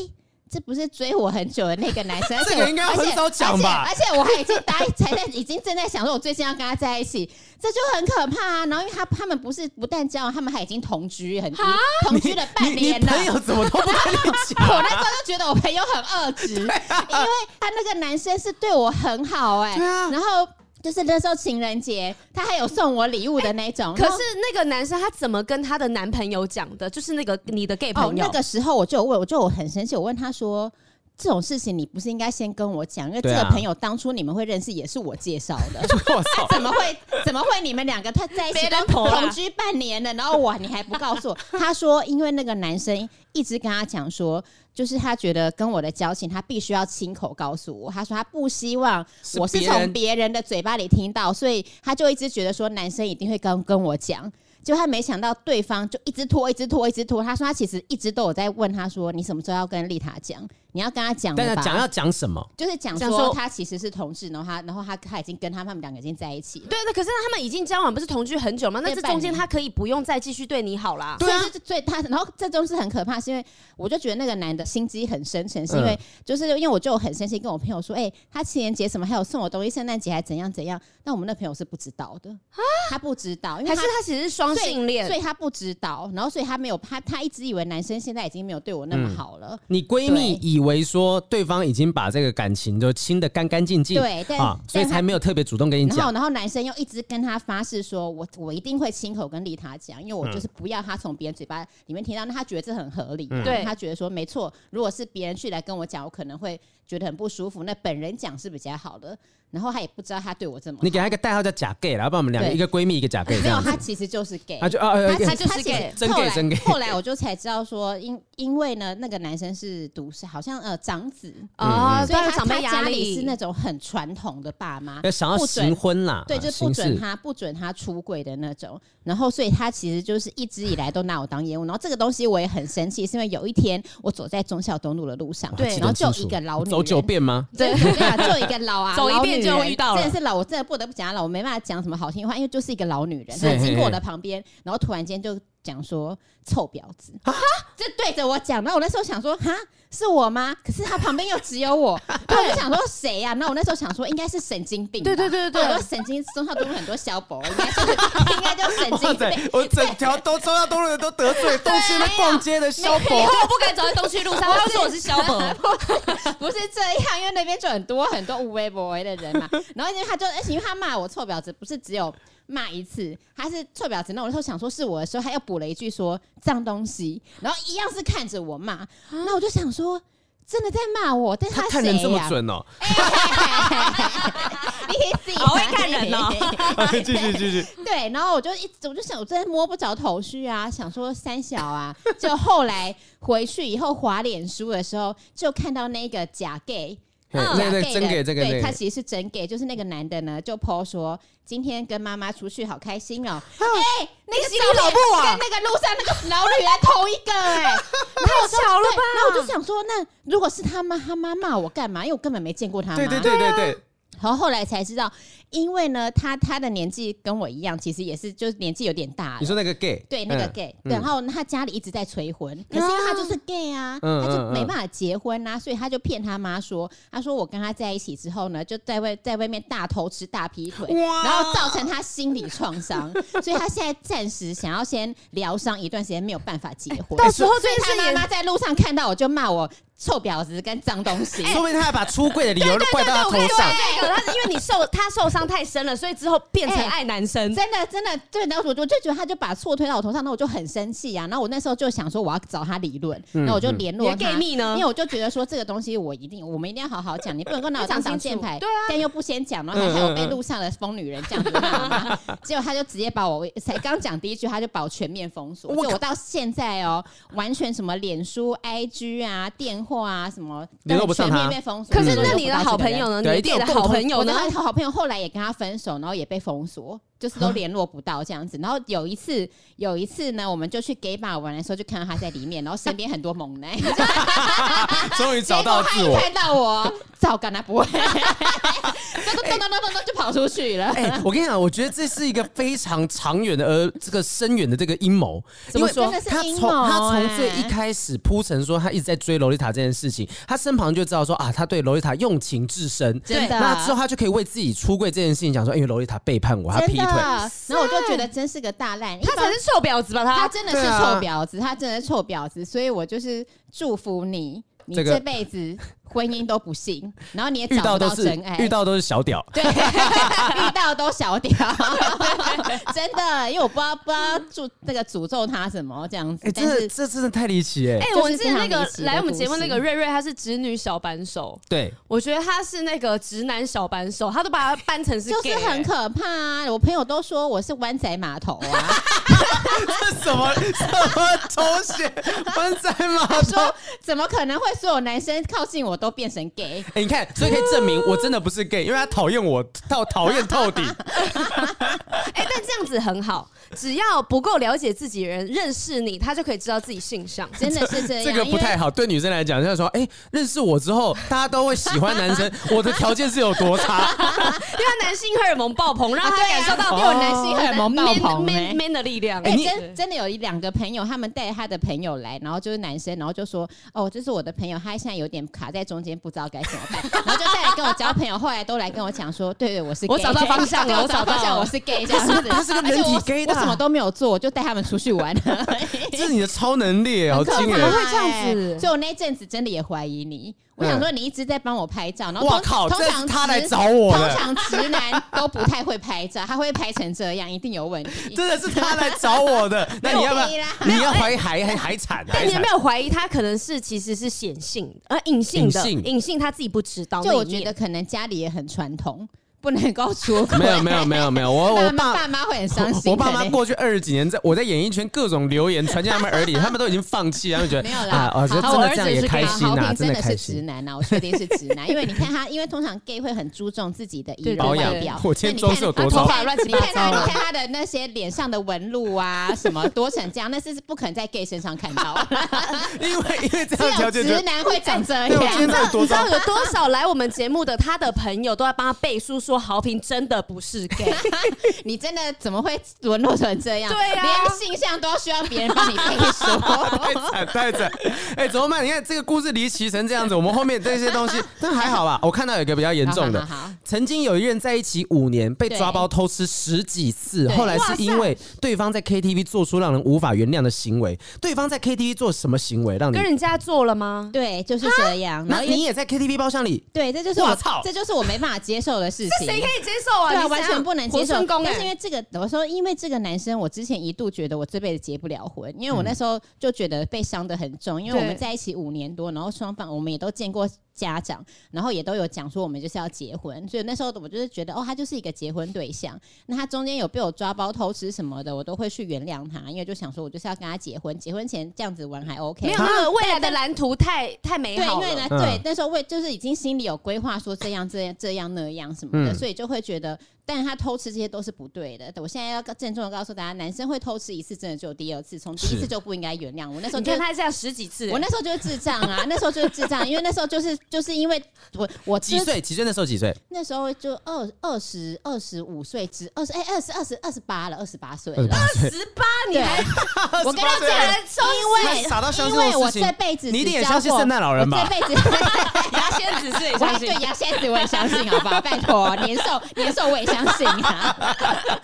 这不是追我很久的那个 (laughs) 男生，而这且个我应该而很且少讲吧而且而且我还已经答应，才在已经正在想说，我最近要跟他在一起，这就很可怕啊。然后因为他他们不是不但交往，他们还已经同居很同居了半你你年了。朋友怎么都不跟你讲？ (laughs) (laughs) 我那时候就觉得我朋友很恶质， (laughs) 因为他那个男生是对我很好哎、对啊然后就是那时候情人节，他还有送我礼物的那种。可然后是那个男生他怎么跟他的男朋友讲的？就是那个你的 gay 哦，朋友，那个时候我就有问，我就我很生气，我问他说。这种事情你不是应该先跟我讲，因为这对啊个朋友当初你们会认识也是我介绍 (laughs) 的。我操！怎么会？怎么会？你们两个他在一起别都人哦婆啦同居半年了，然后我你还不告诉我？他说，因为那个男生一直跟他讲说，就是他觉得跟我的交情，他必须要亲口告诉我。他说他不希望是我是别人从别人的嘴巴里听到，所以他就一直觉得说男生一定会跟跟我讲。结果他没想到对方就一直拖，一直拖，一直拖。他说他其实一直都有在问他说，你什么时候要跟丽塔讲？你要跟他讲但了是吧？啊讲要讲什么？就是讲讲说说他其实是同志，然后他然后他他已经跟他他们两个已经在一起了。对对，可是他们已经交往，不是同居很久吗？那对这半中间年啊他可以不用再继续对你啊好啦。所以就是最大的。然后这东西很可怕，是因为我就觉得那个男的心机很深沉，是因嗯为就是因为我就很生气，跟我朋友说，哎、他情人节什么还有送我东西，圣诞节还怎样怎样。但我们那朋友是不知道的，他不知道，因为还他是。他其实是双所以性恋所，以他不知道，然后所以他没有他他一直以为男生现在已经没有对我那么嗯好了，你闺蜜对以为说对方已经把这个感情都清的干干净净，对但啊，所以但他才没有特别主动跟你然后讲。然后男生又一直跟他发誓说，我我一定会亲口跟丽塔讲，因为我嗯就是不要他从别人嘴巴里面听到，那他觉得这很合理、嗯啊，对他觉得说没错，如果是别人去来跟我讲，我可能会觉得很不舒服，那本人讲是比较好的。然后他也不知道他对我这么好，你给她一个代号叫假 gay 啦，要不然我们两个对一个闺蜜一个假 gay 这没有，样子他，其实就是 gay，她就啊，呃他他其就是他其 gay 实真后 gay，来真 gay 后来我就才知道说，因因为呢，那个男生是独生，好像呃长子，嗯啊，哦所以对他长他辈压家里力是那种很传统的爸妈，要想要不准行婚啦，对，啊就是形不准式他不准他出轨的那种。然后，所以他其实就是一直以来都拿我当烟雾。然后这个东西我也很生气，是因为有一天我走在忠孝东路的路上，对然后就有清一楚个老女走九人。遍吗？ (laughs) 真的对啊，就有一个老啊，走一老遍女就人遇到了真的是老，我真的不得不讲她老，我没办法讲什么好听话，因为就是一个老女人，是她经过我的旁边，然后突然间就讲说“臭婊 (laughs) 子”，就对着我讲。然后我那时候想说，哈，是我吗？可是她旁边又只有我， (laughs) 然后我就想说谁呀、然后我那时候想说，应该是神经病吧，对对对对对很多神经，中校东路很多小宝，应该就是 (laughs) 应该就是神经病。，我整条都中央东路的都得罪，东区那逛街的消以博后不敢走在东区路上， (laughs) 他会说我是萧伯，不是这样，因为那边就很多很多无微不微的人 (laughs) 嘛。然后因为他就，而且因为他骂我臭婊子，不是只有骂一次，他是臭婊子。那我那时候想说是我的时候，他又补了一句说脏东西，然后一样是看着我啊骂。那我就想说，真的在骂我，但是他看谁人这么呀、准哦， (laughs) 你可以自己好会看人哦 (laughs) 继续继续， (laughs) 对，然后我就一直我就想，我真的摸不着头绪啊，想说三小啊，就后来回去以后滑脸书的时候，就看到那个假 gay。嘿对假对 gay 真哦的 gay，这个这对个他其实是真 gay，就是那个男的呢，就 po 说今天跟妈妈出去好开心哦、哎、那个你心照里老片布啊跟那个路上那个老女人同一个哎、 (laughs) 然后我就巧了对吧然后我就想说，那如果是他妈，他妈骂我干嘛？因为我根本没见过他妈。对对对对对，然后后来才知道，因为呢，他他的年纪跟我一样，其实也是就是年纪有点大你了。说那个 gay，对，那个嗯 gay，、嗯然后他家里一直在催婚，可是因为他就是 gay 啊，嗯他嗯就没嗯办法结婚啊，所以他就骗他妈说，他说我跟他在一起之后呢，就在外在外面大偷吃大劈腿，哇然后造成他心理创伤，所以他现在暂时想要先疗伤一段时间，没有办法结婚。到时候这件他事妈也妈在路上看到我就骂我臭婊子跟脏东西，说不定他还把出柜的理由都怪到他头上。对，他因为你受他受伤太深了，所以之后变成哎爱男 (laughs) 生。真的真的对，然后我就我就觉得他就把错推到我头上，那我就很生气啊。然后我那时候就想说我要找他理论，那、我就联络你的他 gay 蜜呢因为我就觉得说这个东西我一定我们一定要好好讲，你不能够拿我当挡箭牌，对啊嗯但又不先讲，然后还害我被路上的疯女人这样子骂嘛。结果他就直接把我才刚讲第一句，他就把我全面封锁，我就我到现在哦，完全什么脸书、IG 啊、电话啊什么，联络不上全他面被封锁。可是联那络你不的到这好个朋人友呢？对你一定有弟的共同好朋友我呢的？好朋友后来也跟他分手，然后也被封锁，就是都联络不到这样子。然后有一次，有一次呢，我们就去 gay bar 玩的时候，就看到他在里面，然后身边很多猛男，终于找结到果他自一我。看到我， (laughs) 照干他不会，咚咚咚咚咚咚就跑出去了。 (laughs) 哎、我跟你讲，我觉得这是一个非常长远的，而这个深远的这个阴谋。怎因么为说真的是他阴从谋他从哎最一开始铺陈说他一直在追洛丽塔这件事情，他身旁就知道说啊，他对洛丽塔用情至深。真的那之后他就可以为自己出柜这件事情讲说，因为哎洛丽塔背叛我，他真劈的，腿。然后我就觉得真是个大烂，一他方才是臭婊子吧？他他真的是对臭啊婊子，他真的是臭婊子，所以我就是祝福你，你这个这辈子婚姻都不幸，然后你也遇哎找到都不是真爱，遇到都是小屌，对， (laughs) 遇到都小屌， (laughs) 真的，因为我不知道不知道诅那个诅咒他什么这样子，哎，但真的是这真的太离奇哎哎、，就是我之前那非常个离奇的来我们节目故事那个瑞瑞，她是直女小扳手， (laughs) 对，我觉得她是那个直男小扳手，她都把她扮成是就 gay，欸是很可怕啊！我朋友都说我是湾仔码头啊，这什么什么东西？翻在马桶。说怎么可能会所有男生靠近我都变成 gay？哎、你看，所以可以证明我真的不是 gay，因为他讨厌我到讨厌透顶。哎、但这样子很好，只要不够了解自己的人认识你，他就可以知道自己性向。真的是这样，这个不太好，对女生来讲，就是说，哎、认识我之后，大家都会喜欢男生，我的条件是有多差？因为他男性荷尔蒙爆棚，让他对啊感受到因为我男性荷尔蒙爆 man- 棚 man 欸 man 的力量。哎、哎真真的有一两个朋友，他们带他的朋友来，然后就是男生，然后就说：“哦，这是我的朋友，他现在有点卡在中间，不知道该怎么办。”然后就再来跟我交朋友，后来都来跟我讲说：“对对，我是 gay, 我找到方向了对我 (laughs) 我找到方向，我是 gay 这样子。”他是个人体 gay 的而且我我什么都没有做，我就带他们出去玩。这是你的超能力，好很可惊怕欸人！会这样子所以我那一阵子真的也怀疑你。我想说，你一直在帮我拍照，然后嗯哇通靠，通这常是他来直找我通的，常直男都不太会拍照，他会拍成这样，一定有问题。真的是他来找我的。那你要不要没有屁啦？你要怀疑还还还惨？但还你有惨没？有怀疑他可能是其实是显性而隐性的隐性隐性他自己不知道那就一面？我觉得可能家里也很传统，不能够出轨。没有没有没有没有，我我爸妈爸爸妈会很伤心的嘞。我爸妈过去二十几年，在我在演艺圈各种留言传进他们耳里，他们都已经放弃，他们觉得没有啦啊，我觉得好真我的儿这样子也是开给啊他心好呐，评真真的的开是心直。男啊，我确定是直男， (laughs) 因为你看他，因为通常 gay 会很注重自己的仪对对容对外表。我今天那妆你看啊是有他多糟你看头发乱七八你看他，糟啊你的看他的那些脸上的纹路啊，什么多成这样，那是不可能在 gay 身上看到的，因为因为这只样的条有件就直男会长这对我今天样。到底你多知道糟？有多少来我们节目的他的朋友都在帮他背书说豪平真的不是 (laughs) gay，啊你真的怎么会沦落成这样？对啊连性向都需要别人帮你背 (laughs) 太书。惨太惨！哎、怎么办？你看这个故事离奇成这样子，我们后面这些东 (laughs) 西，但还好吧。我看到有一个比较严重的好好好好，曾经有一人在一起五年，被对抓包偷吃十几次，对后来是因为对方在 KTV 做出让人无法原谅的行为。对方在 KTV 做什么行为让你跟？人家做了吗？对，就是这样。然那后因为你也在 KTV 包厢里？对，这就是哇我操这就是我没办法接受的事情。谁可以接受啊？对啊，你完全不能接活受。春宫但是因哎，为这个，我说因为这个男生，我之前一度觉得我这辈子结不了婚，因为我那时候就觉得被伤得很重，因为我们嗯对在一起五年多，然后双方我们也都见过家长，然后也都有讲说我们就是要结婚，所以那时候我就是觉得哦，他就是一个结婚对象。那他中间有被我抓包偷吃什么的，我都会去原谅他，因为就想说我就是要跟他结婚，结婚前这样子玩还 OK。啊没有那个未来的蓝图太太美对，因好为呢了。，嗯对那时候为就是已经心里有规划，说这样、这样、这样、那样什么的，嗯所以就会觉得，但是他偷吃这些都是不对的。我现在要郑重的告诉大家，男生会偷吃一次，真的只有第二次，从第一是次就不应该原谅。我那时候你就看。他这样十几次，我那时候就是智障啊，那时候就是智障，因为那时候就是就是因为我我几就是岁？几岁？那时候几岁？那时候就二二十二十五岁之二十哎二十二十二十八了， (laughs) 二十八岁了。十八，你对还我跟他他这样讲，因为那傻到相信因这为种我事情这辈子你一定只也交相信过圣诞老人我吧这辈子 (laughs) 牙仙子是也我相也信对。牙仙子我也相信，好 (laughs) 不好？拜托，年兽年兽我也相信啊。 (laughs)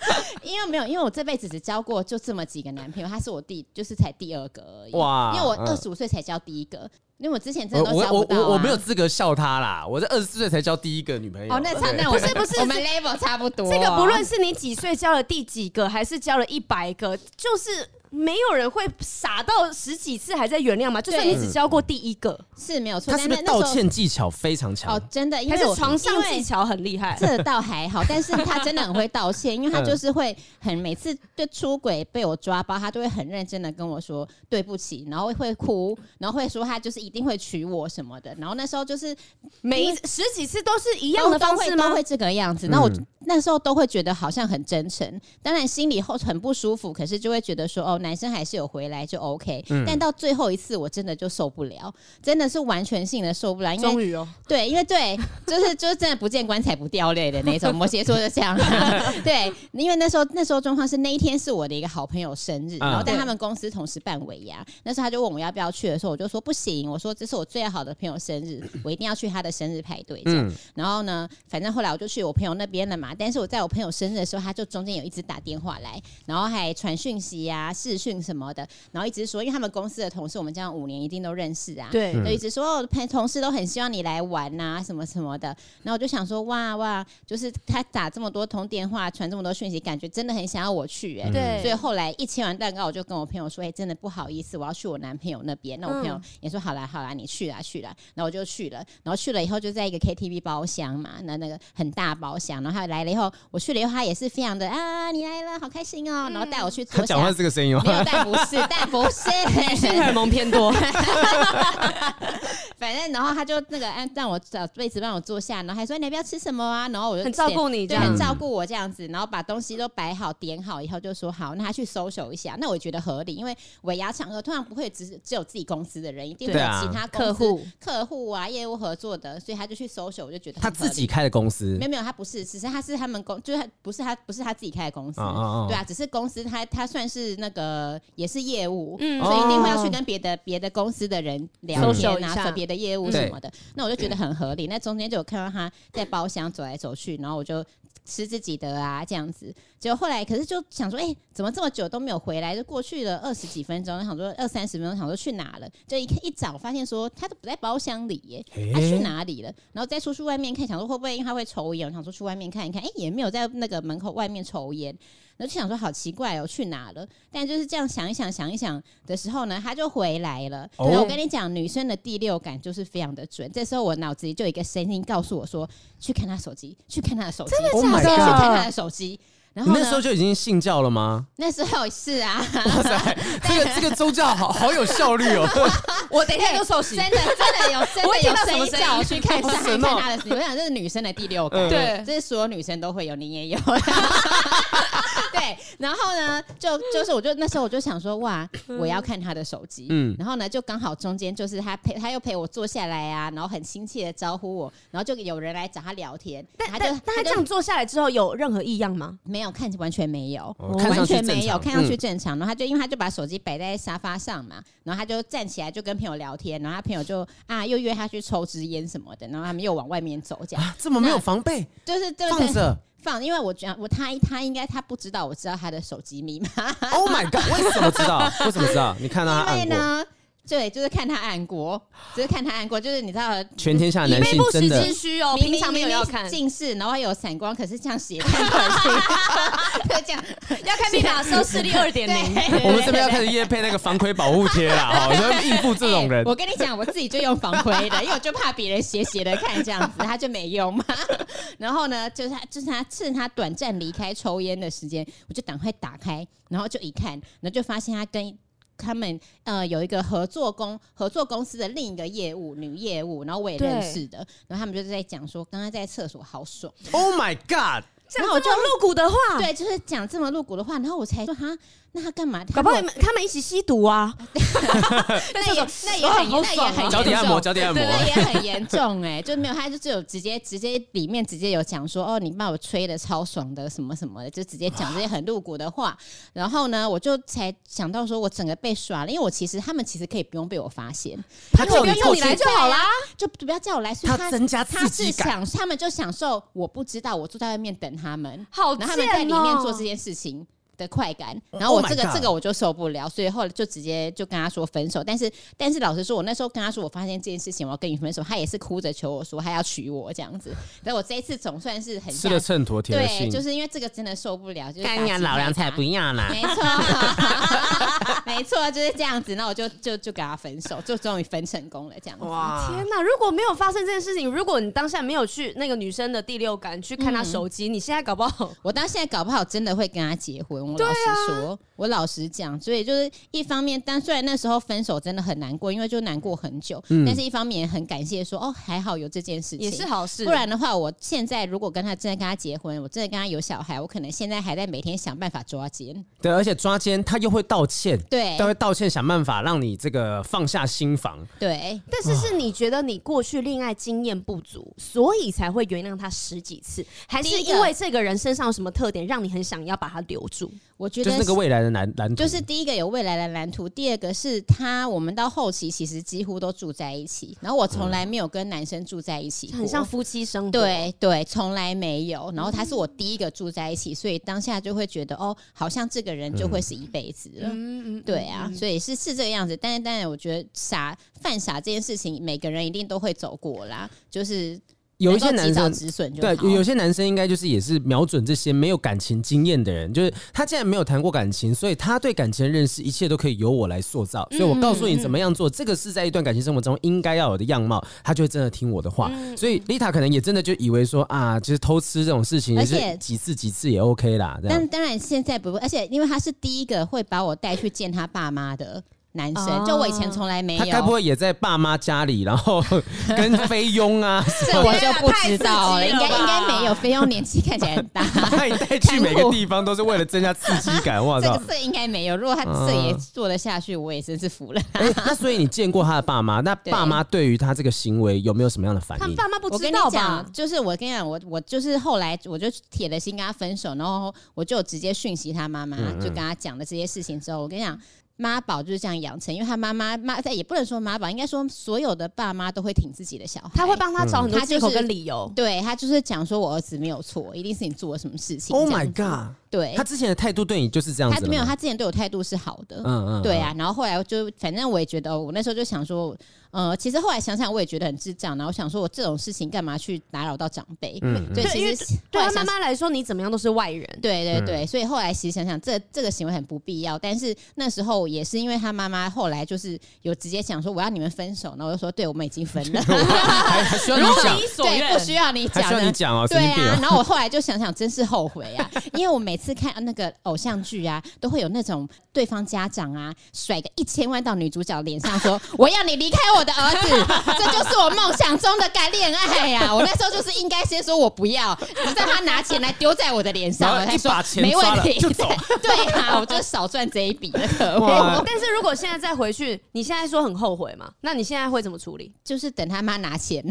因为没有，因为我这辈子只交过就这么几个男朋友，他是我第就是才第二个而已。哇因为我嗯二十五岁才交第一个，因为我之前真我的都我交我不到、啊我我没有。资格笑他啦！我在二十四岁才交第一个女朋友。哦，那差对那我们不是不是我们 level 差不啊多。这个不论是你几岁交了第几个，还是交了一百个，就是没有人会傻到十几次还在原谅嘛。就算你只交过第一个，是没有错，他是不但是那道那时候歉技巧非常强哦？，真的，因还为是我床上因为技巧很厉害。 (laughs) 这倒还好，但是他真的很会道歉，因嗯为他就是会很每次对出轨被我抓包，他都会很认真的跟我说对不起，然后会哭，然后会说他就是一定会娶我什么的。然后那时候就是每一因为十几次都是一样的都方会式都吗？会这个样子。那我嗯那时候都会觉得好像很真诚，当然心里后很不舒服，可是就会觉得说哦，男生还是有回来就 OK。但嗯到最后一次，我真的就受不了，真的是完全性的受不了，因为于哦， (laughs) 对，因为对，就是就是真的不见棺材不掉泪的那种，摩羯座就这样。啊 (laughs) 对，因为那时候那时候状况是那一天是我的一个好朋友生日，啊然后但对他们公司同时办尾牙，那时候他就问我要不要去的时候，我就说不行，我说这是我最好的朋友生日，我一定要去他的生日派对这样。嗯然后呢，反正后来我就去我朋友那边了嘛，但是我在我朋友生日的时候，他就中间有一直打电话来，然后还传讯息呀、视讯什么的，然后一直说，因为他们公司的同事，我们这样五年一定都认识啊，对，就一直说哦朋同事都很希望你来玩呐、什么什么的。然后我就想说，哇哇，就是他打这么多通电话，传这么多讯息，感觉真的很想要我去哎、嗯对所以后来一切完蛋糕，我就跟我朋友说：“哎、真的不好意思，我要去我男朋友那边。”那我朋友嗯也说：“好啦，好啦，你去啦，去啦。”然后我就去了，然后去了以后就在一个 KTV 包厢嘛，那那个很大包厢。然后他来了以后，我去了以后，他也是非常的啊，你来了，好开心哦、然后带我去他坐讲话下是，这个声音吗没？有，但不是，(laughs) 但不是，荷尔蒙偏多， (laughs) 反正然后他就那个按让我找位置让我坐下，然后还说你要不要吃什么啊？然后我就很照顾你对，这样很。照顾我这样子，然后把东西都摆好、点好以后，就说好，那他去搜手一下。那我也觉得合理，因为尾牙场合通常不会只只有自己公司的人，一定会对有啊其他公司客、户客户啊、业务合作的，所以他就去搜手，我就觉得他很合自理己开的公司没，有没有，他不是，只是他是他们公，就是他不是他不是他自己开的公司，哦哦哦对啊，只是公司他他算是那个也是业务，嗯所以一定会要去跟别的别的公司的人聊天 social 一啊，下做别的业务什么的。那我就觉得很合理。那中间就有看到他在包厢走来走去，然后我就。吃自己的啊，这样子。结果后来，可是就想说，哎、怎么这么久都没有回来？就过去了二十几分钟，想说二三十分钟，想说去哪了？就一一早发现说，他都不在包厢里耶、他去哪里了？然后再出去外面看，想说会不会因为他会抽烟，我想说去外面看一看，哎、也没有在那个门口外面抽烟，然后就想说好奇怪哦，去哪了？但就是这样想一想，想一想的时候呢，他就回来了。哦对，我跟你讲，女生的第六感就是非常的准。这时候我脑子里就有一个声音告诉我说，去看他手机，去看他的手机，真的 Oh my 假现在去看他的的？手机。然你后那呢？时候就已经信教了 (laughs) 吗？那时候是啊，哇塞，这个这个宗教好好有效率 (laughs) 哦！我等一下就受洗真，的真的 (laughs) 有真的我会听有到什声么音声音叫我去看 (laughs) 好看神看哦他的，我想这是女生的第六嗯感，对这是所有女生都会有，你也有。 (laughs) 对，然后呢，就就是我就那时候我就想说，哇，嗯我要看他的手机，嗯嗯，然后呢，就刚好中间就是他陪他又陪我坐下来啊，然后很亲切的招呼我，然后就有人来找他聊天，但他就但但他就这样做下来之后有任何异样吗？没有看，完全没有，哦看上完去全正没有，常看上去嗯正常。然后他就因为他就把手机摆在沙发上嘛，然后他就站起来就跟朋友聊天，然后他朋友就啊又约他去抽支烟什么的，然后他们又往外面走，这样、啊，这么没有防备，就是就是放着放，因为我觉得我他他应该他不知道我知道他的手机密码， ，Oh my god！为什么知道？为什么知道？你看到他因为按过，呢。对，就是看他按过，就是看他按过，就是你知道，全天下男性真的虚哦明明明明近视，然后有散光，可是这样斜看过去， (laughs) 就这 (laughs) 样，要看密码的时候视力二点零， (laughs) 对 (laughs) 我们这边要开始夜配那个防窥保护贴 (laughs) 啦，哈，要应付这种人欸。我跟你讲，我自己就用防窥的，因为我就怕别人斜斜的看这样子，他就没用嘛。 (laughs) 然后呢，就是他，就是他趁他短暂离开抽烟的时间，我就赶快打开，然后就一看，然后就发现他跟。他们呃有一个合作公合作公司的另一个业务女业务，然后我也认识的，然后他们就是在讲说，刚刚在厕所好爽， Oh my god！这样我就露骨的话，对，就是讲这么露骨的话，然后我才说哈，那他干嘛？搞他不好如你果们他们一起吸毒啊， (laughs) 那 (laughs) 也那也哇很好那也爽啊很脚底按严重摩，脚底按摩对，，那也很严重哎、就没有，他就只有直接直接里面直接有讲说，哦，你把我吹的超爽的什么什么的，就直接讲这些很露骨的话。然后呢，我就才想到说我整个被耍了，因为我其实他们其实可以不用被我发现，他就叫不你要过用你去啊来就好啦。就不要叫我来，所以他增加他刺是激感。享，他们就享受我不知道，我坐在外面等他们，好然后贱哦！他们在里面做这件事情的快感， Oh 然后我这 my 个 God 这个我就受不了，所以后来就直接就跟他说分手。但是但是老实说，我那时候跟他说我发现这件事情我要跟你分手，他也是哭着求我说他要娶我这样子。但我这一次总算是很吃了秤砣铁了对，心，就是因为这个真的受不了，就是干呀，打击老娘太才大不要啦！没错， (laughs) 没错，就是这样子。那我就就就跟他分手，就终于分成功了，这样子。哇，天哪！如果没有发生这件事情，如果你当下没有去那个女生的第六感去嗯看她手机，你现在搞不好我到现在搞不好真的会跟他结婚。我啊老实说，我老实讲，所以就是一方面，但虽然那时候分手真的很难过，因为就难过很久，嗯但是一方面也很感谢说，哦，还好有这件事情，也是好事。不然的话，我现在如果跟他真的跟他结婚，我真的跟他有小孩，我可能现在还在每天想办法抓奸。对，而且抓奸他又会道歉，对他会道歉，想办法让你这个放下心防。对，但是是你觉得你过去恋爱经验不足，所以才会原谅他十几次，还是第一个因为这个人身上有什么特点让你很想要把他留住？我觉就是得那个未来的蓝蓝图，就是第一个有未来的蓝图，第二个是他，我们到后期其实几乎都住在一起，然后我嗯从来没有跟男生住在一起过，很像夫妻生活。嗯对对，从来没有。然后他是我第一个住在一起，所以当下就会觉得哦，好像这个人就会是一辈子了。嗯，嗯嗯，对啊，嗯所以是是这个样子，但是当然，我觉得傻犯傻这件事情，每个人一定都会走过啦，就是有一些能够及男早生止损就对，好有有些男生应该就是也是瞄准这些没有感情经验的人，就是他既然没有谈过感情，所以他对感情的认识一切都可以由我来塑造。嗯所以我告诉你怎么样做，这个是在一段感情生活中应该要有的样貌，他就会真的听我的话。嗯所以丽塔可能也真的就以为说啊，其实偷吃这种事情，而是且几次几次也 OK 啦，这样但。当然现在不会，而且因为他是第一个会把我带去见他爸妈的男生，哦就我以前从来没有。他该不会也在爸妈家里，然后 (laughs) 跟菲佣 (laughs) 啊，这我就不知道了，太应刺激了吧该应该没有。菲佣年纪看起来很大，把你带去每个地方都是为了增加刺激感，我这 (laughs) 操个！这应该没有。如果他嗯这也做得下去，我也真是服了。哎、那所以你见过他的爸妈，那对爸妈对于他这个行为有没有什么样的反他应？爸妈不我知跟你道吧讲，？就是我跟你讲，我我就是后来我就铁了心跟他分手，然后我就直接讯息他妈妈，嗯就跟他讲了这些事情之后，我跟你讲。妈宝就是这样养成，因为他妈妈妈，也不能说妈宝，应该说所有的爸妈都会挺自己的小孩，他会帮他找很多嗯借他口就是跟理由。对他就是讲说，我儿子没有错，一定是你做了什么事情。 Oh 这 my 样子 god！对，他之前的态度对你就是这样他子的吗没有，他之前对我态度是好的。嗯嗯，嗯对，啊，然后后来就反正我也觉得，哦我那时候就想说，呃，其实后来想想我也觉得很智障，然后想说我这种事情干嘛去打扰到长辈？嗯对，对因为其实对后来他想妈妈来说，你怎么样都是外人。对对对，所以后来其实想想，这这个行为很不必要。但是那时候也是因为他妈妈后来就是有直接讲说我要你们分手，然后我就说对，我们已经分 (laughs) 了，还还需要你讲，对，不需要你还讲需要的你讲哦，神对经病啊哦，然后我后来就想想，真是后悔啊！ (laughs) 因为我每次看啊那个偶像剧啊，都会有那种对方家长啊甩个一千万到女主角脸上说，我要你离开我的儿 (laughs) 子，这就是我梦想中的该恋爱呀、我那时候就是应该先说我不要，直到他拿钱来丢在我的脸上，然我后才一说把钱没抓问了题，就 (laughs) 走对啊，我就少赚这一笔了， (laughs) 可恶哇哦但是如果现在再回去，你现在说很后悔嘛？那你现在会怎么处理？就是等他妈拿钱。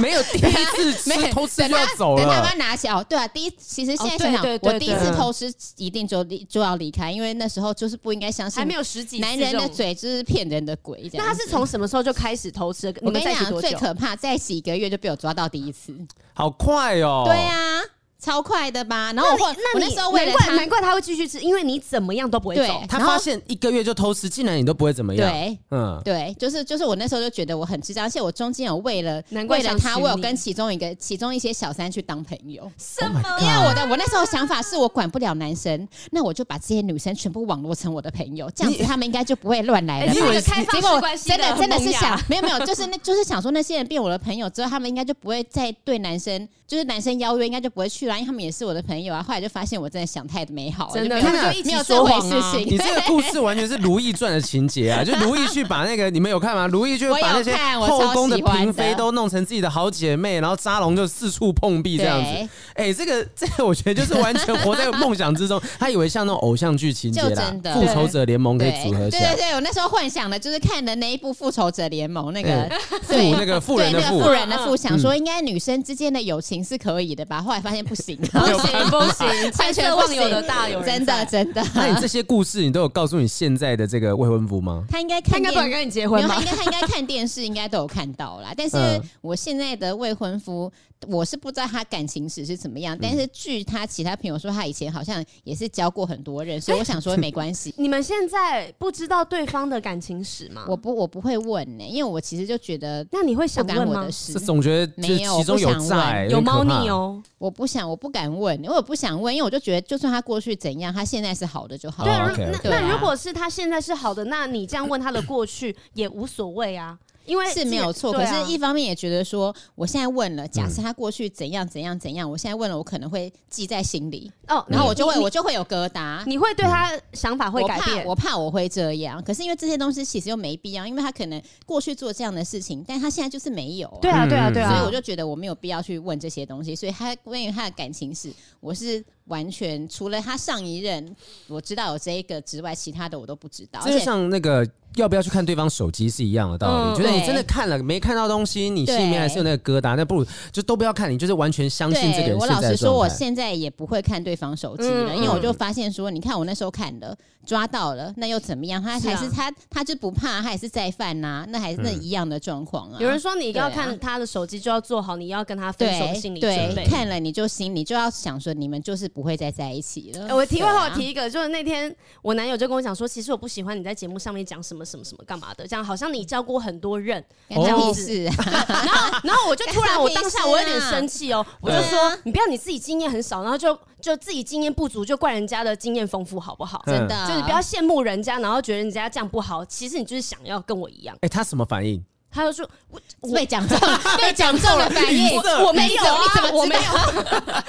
没有第一次没吃偷吃就要走等他了妈，拿起来哦，对啊，第一，其实现在哦想想，对对对我第一次偷吃一定就离就要离开，因为那时候就是不应该相信还没有十几次男人这的种。嘴就是骗人的鬼这样那子。他是从什么时候就开始偷吃的？我们跟你在一起讲，多最久？可怕，在一起一个月就被我抓到第一次，好快哦！对，啊，超快的吧？然后我后那我你那时候为了难怪他难，怪他会继续吃，因为你怎么样都不会对走。他然后发现一个月就偷吃，竟然你都不会怎么样，对。嗯，对，就是就是我那时候就觉得我很智障，而且我中间有为了难怪为了想他，娶我有你跟其中一个其中一些小三去当朋友。什么因为我啊的我那时候想法是我管不了男生，那我就把这些女生全部网络成我的朋友，这样子他们应该就不会乱来了你以吧。为开放结果式我关系真的真的很是萌 (laughs) 芽想，没有没有，就是那就是想说那些人变我的朋友之后，他们应该就不会再对男生，就是男生邀约应该就不会去了，因为他们也是我的朋友啊。后来就发现我真的想太美好了，真的就没有他们就一起没有这说回谎事啊 (laughs) 你情。这个故事完全是《如懿传》的情节啊！就如懿去把那个，你们有看吗？如懿去把那些我有看我超后宫的喜欢嫔的妃都弄成自己的好姐妹，然后扎龙就四处碰壁这样子对。哎、这个这个，我觉得就是完全活在梦想之中。他以为像那种偶像剧情节就啦真，的复仇者联盟可以对组合对起来对。对，我那时候幻想的就是看的那一部《复仇者联盟》那个对富那个富人的对那富个富人的富，嗯想说应该女生之间的友情是可以的吧？后来发现不行，嗯不行不行，完 (laughs) 三全色不忘行友的大有人真的在，真的。那你这些故事，你都有告诉你现在的这个未婚夫吗？他应该他看应该不敢电。跟你结没婚有，吧他应？该他应该看电视，应该都有看到啦。但是嗯我现在的未婚夫，我是不知道他感情史是怎么嗯样。但是据他其他朋友说，他以前好像也是交过很多人，所以我想 (laughs) 说没关系。你们现在不知道对方的感情史吗？我不我不会问呢、因为我其实就觉得那你会不想干问我吗的？事这。总觉得就是没有其中有我不想诈、问欸，有点可猫怕腻。哦。我不想，我不敢问，因为我不想问，因为我就觉得，就算他过去怎样，他现在是好的就好对，哦了。如 OK，OK 那对那啊如果是他现在是好的，那你这样问他的过去也无所谓啊，因为是没有错，可对啊是一方面也觉得说，我现在问了，假设他过去怎样怎样怎样，我现在问了，我可能会记在心里，哦，然后我就会你我就会有疙瘩。你会对他想法会我改怕变，我怕我会这样，可是因为这些东西其实又没必要，因为他可能过去做这样的事情，但他现在就是没有、啊。对啊，对啊，嗯对啊，所以我就觉得我没有必要去问这些东西，所以他关于他的感情史，我是完全除了他上一任我知道有这一个之外，其他的我都不知道。而这就且像那个要不要去看对方手机是一样的道理，嗯就是你对真的看了没看到东西，你心里面还是有那个疙瘩，那不如就都不要看，你就是完全相信这个对人我现老在实的说，状我态。现在也不会看对方手机了，嗯因为我就发现说，你看我那时候看了，抓到了，那又怎么样？他是啊还是他，他就不怕，他也是再犯呐、那还嗯是那一样的状况啊。有人说你要对看啊他的手机，就要做好你要跟他分手的心对理准备对，。看了你就心里就要想说，你们就是不会再在一起了。欸 (laughs) 我题外话，我对啊提一个，就是那天我男友就跟我讲说，其实我不喜欢你在节目上面讲什么什么什么干嘛的，这样好像你教过很多 (laughs) 人。干他哦屁事啊！然后，然后我就突然，我当下我有点生气哦，我 (laughs) 就说嗯你不要你自己经验很少，然后就就自己经验不足，就怪人家的经验丰富好不好？ (laughs) 嗯真的，啊就是不要羡慕人家，然后觉得人家这样不好，其实你就是想要跟我一样。哎，他什么反应？ (laughs) 他就说我我被讲中了，被讲中了反应。 (laughs) 我我没有啊你怎么，我知没有啊，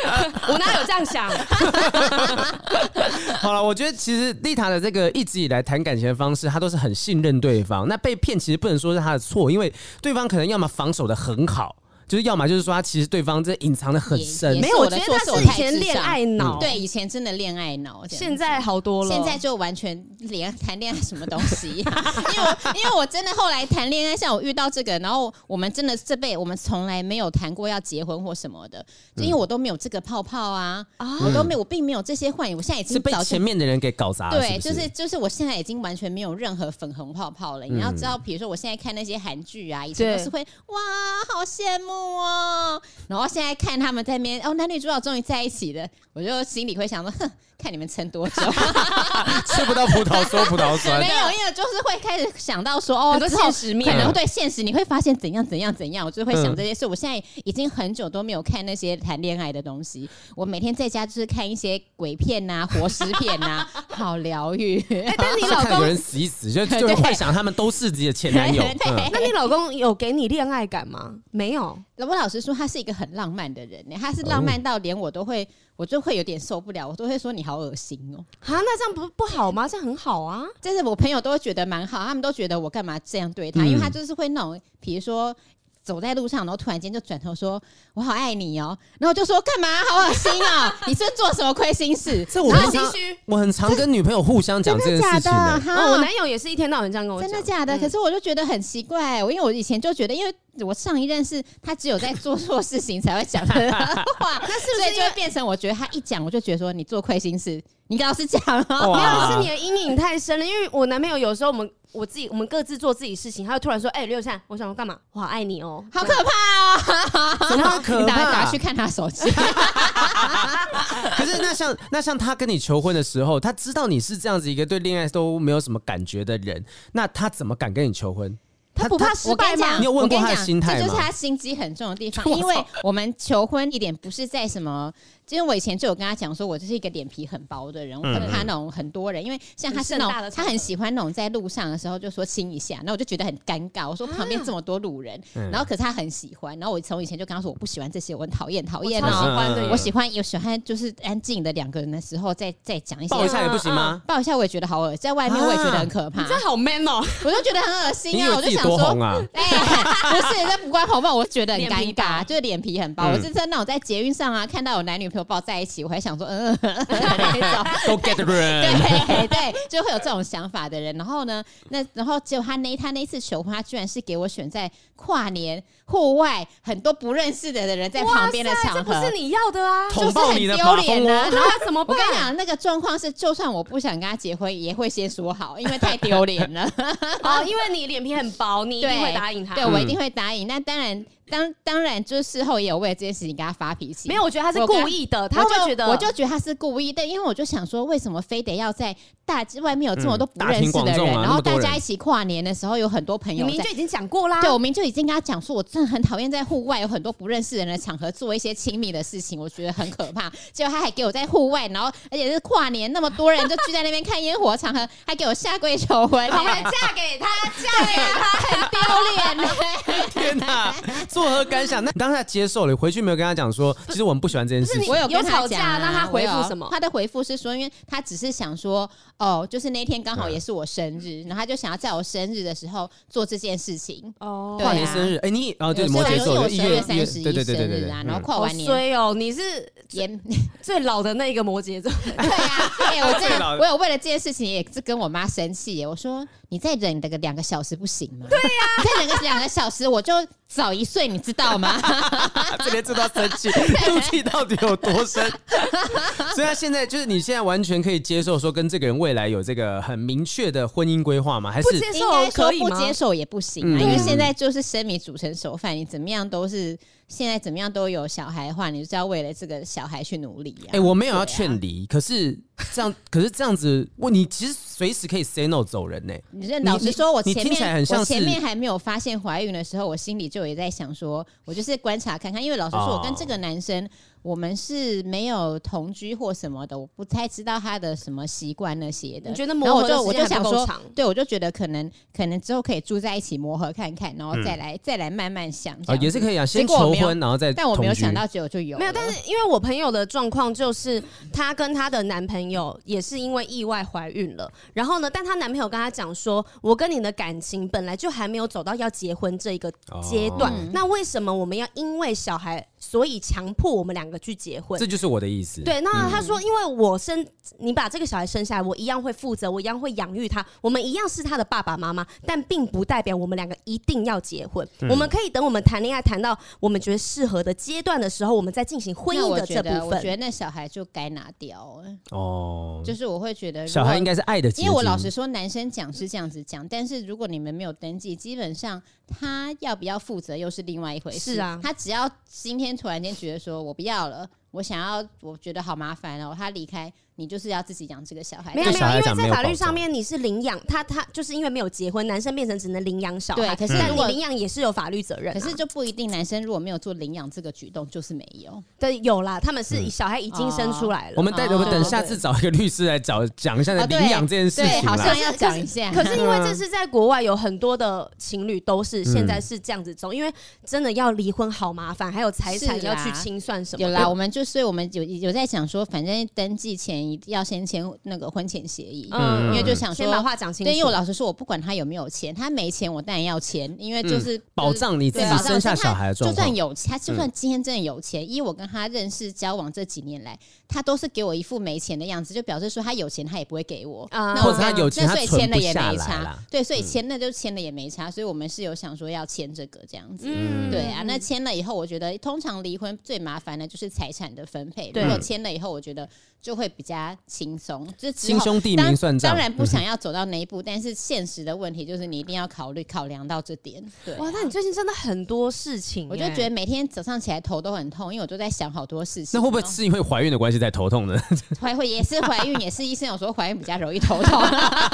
(laughs) 我哪有这样想？好了，我觉得其实丽塔的这个一直以来谈感情的方式，她都是很信任对方。那被骗其实不能说是她的错，因为对方可能要么防守的很好，就是要么就是说他其实对方这隐藏的很深也没也。有，我我觉的得错他是我是以太前智恋障爱脑，对，以前真的恋爱脑，这样现在好多了。现 (laughs) 在就完全连谈恋爱什么东西， (laughs) 因为我因为我真的后来谈恋爱，像我遇到这个，然后我们真的这辈我们从来没有谈过要结婚或什么的，就因为我都没有这个泡泡啊，我都没有，我并没有这些幻影，我现在已是经被早就前面的人给搞砸了，对，不就是就是，我现在已经完全没有任何粉红泡泡了。你要知道，比如说我现在看那些韩剧啊，以前对都是会哇，好羡慕哦。然后现在看他们在那边哦，男女主角终于在一起了，我就心里会想说，哼，看你们撑多久。吃不到葡萄说葡萄酸没。有，因为就是会开始想到说，哦，很多之后现实面嗯可能对现实你会发现怎样怎样怎样，我就会想这些事。我现在已经很久都没有看那些谈恋爱的东西，我每天在家就是看一些鬼片呐、活尸片 (laughs) 呐、好疗愈。 (laughs) 哎，但你就老看有公人死一死，就就是幻想他们都是自己的前 (laughs) 男友。嗯哎那你老公有给你恋爱感吗？没有，我老实说，他是一个很浪漫的人呢，他哦是浪漫到连我都会，我就会有点受不了，我都会说你好恶心哦。啊，那这样不不好吗？这样很好啊。但是我朋友都会觉得蛮好，他们都觉得我干嘛这样对他，嗯因为他就是会那种，比如说。走在路上，然后突然间就转头说：“我好爱你哦。”然后我就说：“干嘛？好恶心哦！你是不是做什么亏心事？”这我然平后常心虚我很常跟女朋友互相讲这件事情假的？的。哈哦，我男友也是一天到晚这样跟我讲，真的假的？可是我就觉得很奇怪，我因为我以前就觉得，因为我上一任是他只有在做错事情才会讲这个话，那是不是所以就因会为变成我觉得他一讲，我就觉得说你做亏心事，你老实讲哦。没有，欸哇是你的阴影太深了。因为我男朋友有时候我们我自己我们各自做自己事情，他就突然说：“哎、刘善，我想说干嘛？我好爱你哦。好可怕哦！怎么可怕你打来打去看他手机，可是那像那像他跟你求婚的时候，他知道你是这样子一个对恋爱都没有什么感觉的人，那他怎么敢跟你求婚？他不怕失我跟败你吗讲，你有问我过跟你他的讲心态这就是吗他心机很重的地方，我操因为我们求婚一点不是在什么，因为我以前就有跟他讲说，我就是一个脸皮很薄的嗯人，我很怕那种很多人，因为像他是那很盛大的种他场合很喜欢那种在路上的时候就说亲一下，那我就觉得很尴尬，我说旁边这么多路人，嗯然后可是他很喜欢，然后我从以前就跟他说我不喜欢这些，我很讨厌讨我厌超喜嗯哦，欢的耶，我喜欢有喜欢就是安静的两个人的时候再再讲一些抱一下也不行吗？啊抱一下我也觉得好恶心，在外面我也觉得很可怕，这好 man 哦，我就觉得很恶心你以啊！为我自就己想多红说，啊？ (laughs) 哎、不是，那不关红不红，我觉得很脸尴皮薄尬，就是脸皮很薄。嗯我是真的，我在捷运上啊，看到有男女朋友抱在一起，我还想说，嗯， (laughs) 那种。都 get 嗯人。对对，就会有这种想法的人。然后呢，那然后结果他那他那一次求婚，他居然是给我选在跨年户外，很多不认识的人在旁边的哇塞场合，这不是你要的啊。捅爆你的哦马蜂窝就是很丢脸啊然后他怎么我办跟？你讲，那个状况是，就算我不想跟他结婚，也会先说好，因为太丢脸了。哦，因为你脸皮很薄，你一定对会答应他。对，我嗯一定会答应。那当然，当当然，就是事后也有为了这件事情跟他发脾气。没有，，我觉得他是我跟故意的，他他就会觉得我就觉得他是故意的，因为我就想说，为什么非得要在大外面有这么多嗯不认大庭识的广众人，啊然那么后多大人家一起跨年的时候，有很多朋你友明明在就。已经讲过啦。对，我明就已经跟他讲说，我真的很讨厌在户外有很多不认识的人的场合做一些亲密的事情，我觉得很可怕。结果他还给我在户外，然后而且是跨年，那么多人就聚在那边看烟火的场合，还给我下跪 (laughs) 求婚、赶快欸，嫁给他，嫁给他。丢脸呢、天哪，作何感想？那你当下接受了，回去没有跟他讲说，其实我们不喜欢这件事不情是我。有跟他有吵讲架啊，那他回复我有什么他的回复是说，因为他只是想说，哦，就是那天刚好也是我生日，嗯然后他就想要在我生日的时候做这件事情。哦对跨啊年生日，哎，你哦，对，有摩羯时候因为座我一十月二月一三月，十一对对对对生对日对啊，，然嗯后跨好完年，衰哦，你是也最老的那一个摩羯座， (laughs) (laughs) 对啊，哎，我真最老的，我有为了这件事情也是跟我妈生气耶，我说你再忍个两个小时不行吗？对 (laughs) 呀，再忍个两个小时我就早一岁，你知道吗？啊这边知道生 (laughs) 气，怒气到底有多深？ (laughs) 所以他现在就是你现在完全可以接受说跟这个人未来有这个很明确的婚姻规划吗？还不是接应该说受可以不啊吗？接受也不行啊，嗯因为现在就是生米煮成熟饭，你怎么样都是现在怎么样都有小孩的话，你就是要为了这个小孩去努力呀、啊。哎、我没有要对啊劝离，可是这样，可是这样子，问你其实随时可以 say no 走人呢、你认你老实说，我你前听起来面很像我是前面还没有发现怀孕的时候，我心里就也在想说，我就是观察看看，因为老实说，哦我跟这个男生我们是没有同居或什么的，我不太知道他的什么习惯那些的。你觉得然磨后合我就的我时就间想还不够说长？，对，我就觉得可能可能之后可以住在一起磨合看看，然后再来、再来慢慢想这啊，样子。嗯也是可以啊，先结果我求没有婚，然后再但我没有同居想到，结果就有没有，了但是因为我朋友的状况就是，她跟她的男朋友也是因为意外怀孕了。然后呢，但她男朋友跟她讲说：“我跟你的感情本来就还没有走到要结婚这一个阶段，哦那为什么我们要因为小孩，所以强迫我们两个去结婚这？”就是我的意思。对，那她嗯说，因为我生你把这个小孩生下来，我一样会负责，我一样会养育他，我们一样是他的爸爸妈妈，但并不代表我们两个一定要结婚。嗯我们可以等我们谈恋爱谈到我们觉得适合的阶段的时候，我们再进行婚那姻我的觉这得，部我觉分。得那小孩就该拿掉了，哦，就是我会觉得如果小孩应。该是爱的结因晶，为我老实说，男生讲是这样子讲，但是如果你们没有登记，基本上他要不要负责又是另外一回事。是啊他只要今天突然间觉得说我不要了，我想要，我觉得好麻烦哦，他离开，你就是要自己养这个小孩。没有对没小有，孩因为讲没在有法保律障上面你是领养他，他就是因为没有结婚，男生变成只能领养小对嗯孩，可是但如你果领养也是有法律责任啊、可是就不一定，男生如果没有做领养这个举动，就是没有。对有啦，他们是小孩已经生出来了。嗯我们哦待我们等下次找一个律师来找讲一下啊对嗯领养这件事对，情好啦。像要讲一下。可是因为啊这是在国外，有很多的情侣都是现在是这样子走，因为真的要离婚好麻烦，还有财产是啦要去清算什么有的。啦，我们就所以我们有有在想说，反正登记前一定要先签那个婚前协议，嗯因为就想先把说。话讲清楚。对，因为我老实说，我不管他有没有钱，他没钱我当然要钱，因为就是、嗯保障你自对啊己保障生下小孩的就状算况，嗯有他就算今天真的有钱，以我跟他认识交往这几年来，他都是给我一副没钱的样子，就表示说他有钱他也不会给我，啊那或我者他跟有钱那他所以存签不了也下没来差啦，。嗯对，所以签了就签了也没差，所以我们是有想说要签这个这样子。嗯对啊，那签了以后，我觉得通常离婚最麻烦的就是财产的分配。对如果签了以后，我觉得就会比较轻松，就之亲后兄弟当明算账，当然不想要走到那一步， (laughs) 但是现实的问题就是你一定要考虑考量到这点。对啊、哇，那你最近真的很多事情欸、我就觉得每天早上起来头都很痛，因为我都在想好多事情。那会不会然后是因为怀孕的关系在头痛 (laughs) 呢？怀会也是怀孕，也是医生有说怀孕比较容易头痛， (laughs)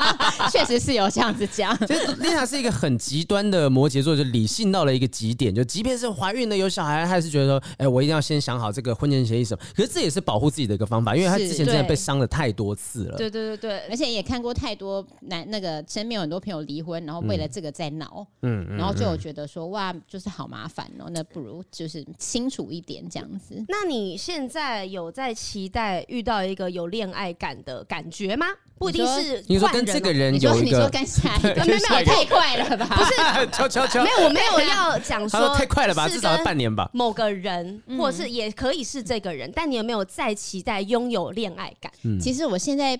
确实是有这样子讲。 (laughs) 其实丽娜是一个很极端的摩羯座，就理性到了一个极点。就即便是怀孕了有小孩，她还是觉得说，哎、我一定要先想好这个婚前协议什么。可是这也是保护自己的一个方法，因为她是之前真的对被伤了太多次了。对对对对，而且也看过太多男那个身边有很多朋友离婚，然后为了这个在闹，嗯，然后就有觉得说哇，就是好麻烦哦，那不如就是清楚一点这样子。那你现在有在期待遇到一个有恋爱感的感觉吗？不一定是你说换跟这人个哦人你说有一你说个， (laughs) 哎跟下一个，对没有跟下一没有个太快了吧？不是，悄悄悄没，有，我没有要 (laughs) 讲她说说太快了吧，是至少要跟半年吧。某个人，或者是也可以是这个人，但你有没有再期待拥有恋爱感？ (laughs) 嗯其实我现在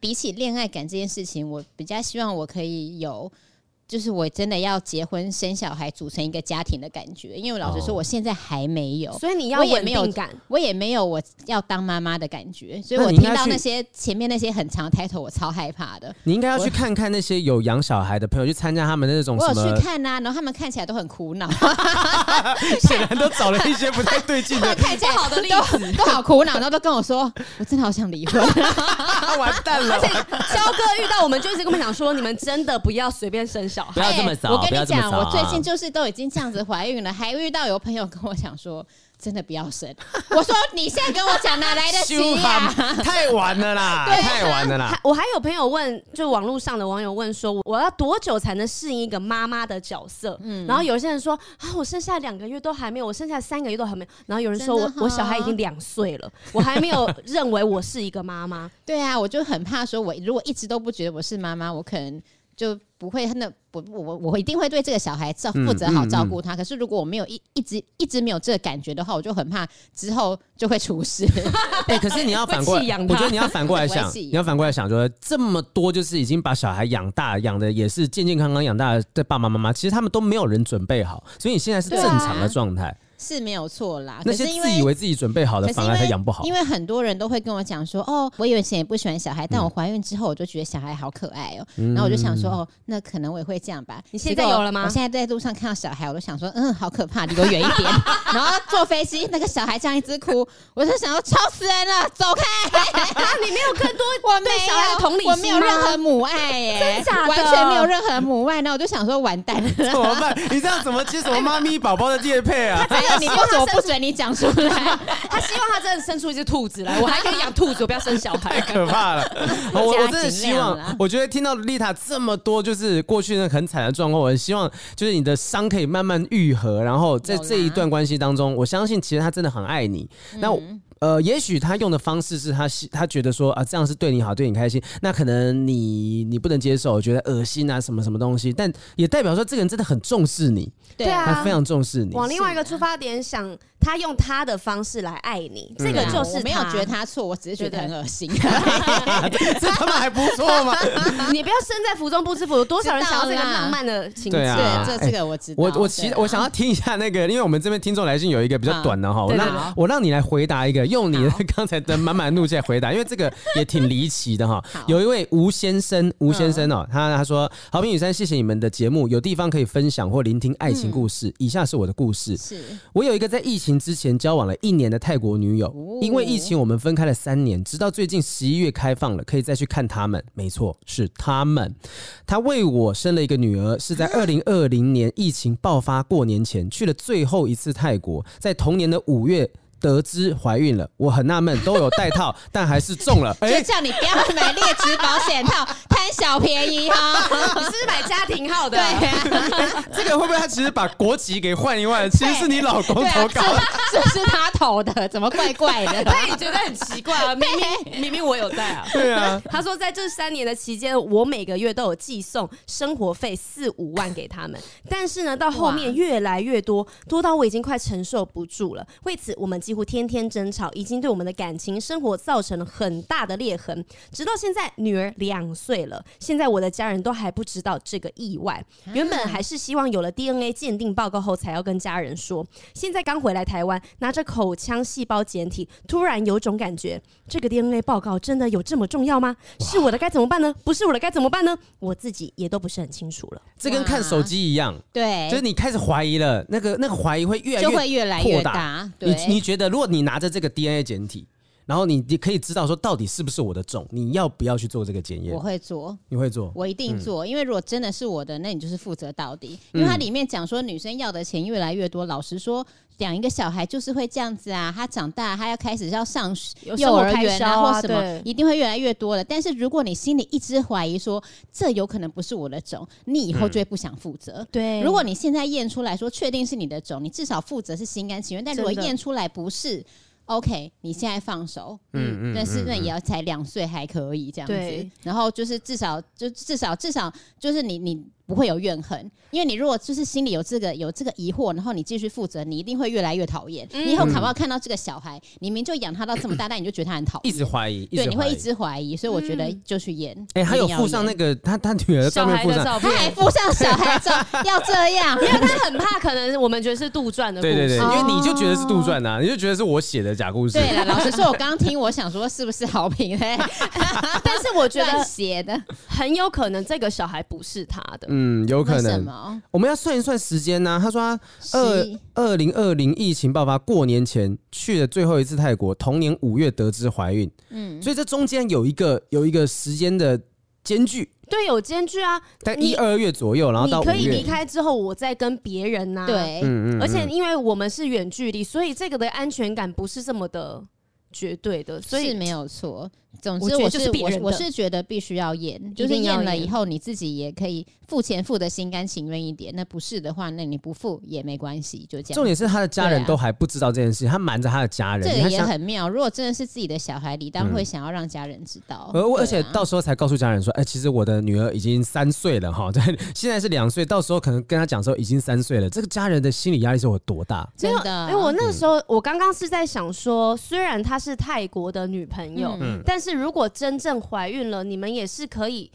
比起恋爱感这件事情，我比较希望我可以有。就是我真的要结婚生小孩，组成一个家庭的感觉。因为我老实说，哦我现在还没有，所以你要我也稳没有定感。 (laughs) 我也没有我要当妈妈的感觉，所以那我你听应该到去那些前面那些很长的抬头，我超害怕的。你应该要去看看那些有养小孩的朋友，去参加他们的那种我什有么去，看呐、然后他们看起来都很苦恼， (laughs) 显然都找了一些不太对劲 (laughs) 的，看起来好的例 (laughs) (laughs) 子都好苦恼，然后都跟我说，我真的好想离婚。完蛋了。肖哥遇到我们，就一直跟我们讲说，你们真的不要随便生小小 (laughs) 孩。不要这么早哎我跟不要你这么讲，早啊我最近就是都已经这样子怀孕了，还遇到有朋友跟我讲说，真的不要生。我说你现在跟我讲哪 (laughs) 来得啊及呀、羞喊太晚了 (laughs) 啦，啊太晚了啦还。我还有朋友问，就网络上的网友问说，我要多久才能适应一个妈妈的角色？然后有些人说啊，我剩下两个月都还没有，我剩下三个月都还没有。然后有人说真的我、哈我小孩已经两岁了，我还没有认为我是一个妈妈。对啊，我就很怕说，我如果一直都不觉得我是妈妈，我可能就不会那我我我一定会对这个小孩照嗯负责好照顾他。可是如果我没有一一直一直没有这个感觉的话，我就很怕之后就会出事。 (laughs) 哎，可是你要反过会弃来，养我他觉得你要反过来我想， (laughs) 会弃养你要反过来想，就是这么多，就是已经把小孩养大，养的也是健健康康养大的爸爸妈妈，其实他们都没有人准备好，所以你现在是正常的状态。是没有错啦，那啊可些是因自以为自己准备好的，可是反因而为才养不好因。为很多人都会跟我讲说，哦，我以前也不喜欢小孩，嗯但我怀孕之后我就觉得小孩好可爱哦。然后我就想说，哦，那可能我也会这样吧。你现在结果有了吗我现在在路上看到小孩，我都想说，嗯，好可怕，离我远一点。 (laughs) 然后坐飞机，那个小孩这样一直哭，我就想要吵死人了，走 (laughs) 开！啊你没有更多我没对有小孩的同理心我没有吗任何母爱耶、 (laughs) 真假的完全没有任何母爱。那我就想说，完蛋 (laughs) (laughs) 怎么了。办？你这样怎么接什么妈咪宝宝的叶配啊？还 (laughs) 有，你为什么不准你讲出 (laughs) 来？ (laughs) 他希望他真的生出一只兔子来，我还可以养兔子，我不要生小太。孩 (laughs) 可怕 (laughs) 了！我我真的希加紧量望啦，我觉得听到丽塔这么多就是过去那很惨的状况，我很希望就是你的伤可以慢慢愈合，然后在有啦这一段关系当中，我相信其实他真的很爱你。嗯那我呃，也许他用的方式是他希他觉得说啊，这样是对你好，对你开心。那可能你你不能接受，觉得恶心啊，什么什么东西，但也代表说这个人真的很重视你，对啊他非常重视你。往另外一个出发点想，他用他的方式来爱你，嗯这对个啊就是我没有觉得他。他错，我只是觉得对对很 (laughs) 恶心。 (laughs) 啊这他妈还不错 (laughs) 嘛。 (laughs) 你不要身在福中不知福，有多少人想要这个知道啦浪漫的情对节？啊对，哎这这个我知道。我我对啊嗯其我想要听一下那个，因为我们这边听众来信有一个比较短的哈，我对对让对我让你来回答一个，用你的好刚才的满满的怒气来回答，因为这个也挺离奇的哈好。嗯有一位吴先生，吴先生哦，他他说：“好评雨山，谢谢你们的节目，有地方可以分享或聆听爱情故嗯事。以下是我的故事，是我有一个在疫情之前交往了一年的泰国女友，哦因为疫情我们分开了三年，直到最近十一月开放了，可以再去看他们。没错，是他们。她为我生了一个女儿，是在二零二零年疫情爆发过年前去了最后一次泰国，在同年的五月。得知怀孕了，我很纳闷，都有戴 (laughs) 套，但还是中了。哎、就叫你不要买劣质保险套，贪小便宜 (laughs) 哈。 (laughs) 你是不是买家庭号的对啊？啊，这个会不会他其实把国籍给换一换？其实是你老公对投啊，稿的。是是不是他投的？怎么怪怪的？那你觉得很奇怪 (laughs) 啊？明明明明我有带啊。对啊，他说，在这三年的期间，我每个月都有寄送生活费四五万给他们，但是呢，到后面越来越多，多到我已经快承受不住了。为此，我们几乎天天争吵，已经对我们的感情生活造成了很大的裂痕。直到现在，女儿两岁了，现在我的家人都还不知道这个意外。原本还是希望有了 DNA 鉴定报告后才要跟家人说，现在刚回来台湾，拿着口腔细胞检体，突然有种感觉，这个 DNA 报告真的有这么重要吗？是我的该怎么办呢？不是我的该怎么办呢？我自己也都不是很清楚了。这跟看手机一样，对 (laughs) 就是，你开始怀疑了，那个那个怀疑会越来越就会越来越扩大你对你觉得，如果你拿着这个 DNA 检体，然后你你可以知道说到底是不是我的种，你要不要去做这个检验我？会做。你嗯会做？我一定做，因为如果真的是我的，那你就是负责到底。因嗯为它里面讲说女生要的钱越来越多，老实说，养一个小孩就是会这样子啊。他长大，他要开始要上有生幼活儿开园销啊啊或什么对，一定会越来越多的。但是如果你心里一直怀疑说这有可能不是我的种，你以后就会不想负责。对如果你现在验出来说确定是你的种，你至少负责是心甘情愿。但如果真的验出来不是，OK，你现在放手，嗯，但是那也要才两岁还可以这样子对。然后就是至少就至少至少就是你你不会有怨恨，因为你如果就是心里有这个有这个疑惑，然后你继续负责，你一定会越来越讨厌。嗯你以后考不好看到这个小孩，你明明就养他到这么大，但你就觉得他很讨嗯一厌。直怀疑，对，你怀会疑一。直怀疑，所以我觉得就去验。哎、还有一定要附上那验，个他他女儿的照片附上，照他还附上小孩照，要这 (laughs) 样，因为他很怕，可能我们觉得是杜撰的故对事。对对，因哦为你就觉得是杜撰啊，你就觉得是我写的假故事。对了，老实说，我刚听，我想说是不是好评嘞？ (laughs) 但是我觉乱得写的，很有可能这个小孩不是他的。嗯，有可为什能。么？我们要算一算时间呢、他说十二一二零二零疫情爆发过年前去了最后一次泰国，同嗯年五月得知怀孕，嗯，所以这中间有一个有一个时间的间距，对，有间距啊。在你一二月左右，然后到你五可以月离，开之后，我再跟别人呐、，对，嗯而且因为我们是远距离，所以这个的安全感不是这么的绝对的，所是以没有错。总我之觉得我就是是必我然的我是觉得必须要验，就一是定要验了验以后你自己也可以付钱付的心甘情愿一点。那不是的话，那你不付也没关系，就这重样。点是他的家人对啊都还不知道这件事，他瞒着他的家人，这你个还也想。很妙。如果真的是自己的小孩，理当嗯呃会想要让家人知道。而我对而且啊到时候才告诉家人说，哎、其实我的女儿已经三岁了哈，在现在是两岁，到时候可能跟他讲说已经三岁了，这个家人的心理压力是有多大？没真有的，啊因为我嗯那时候，我刚刚是在想说，虽然她是泰国的女朋友，嗯但是如果真正怀孕了，你们也是可以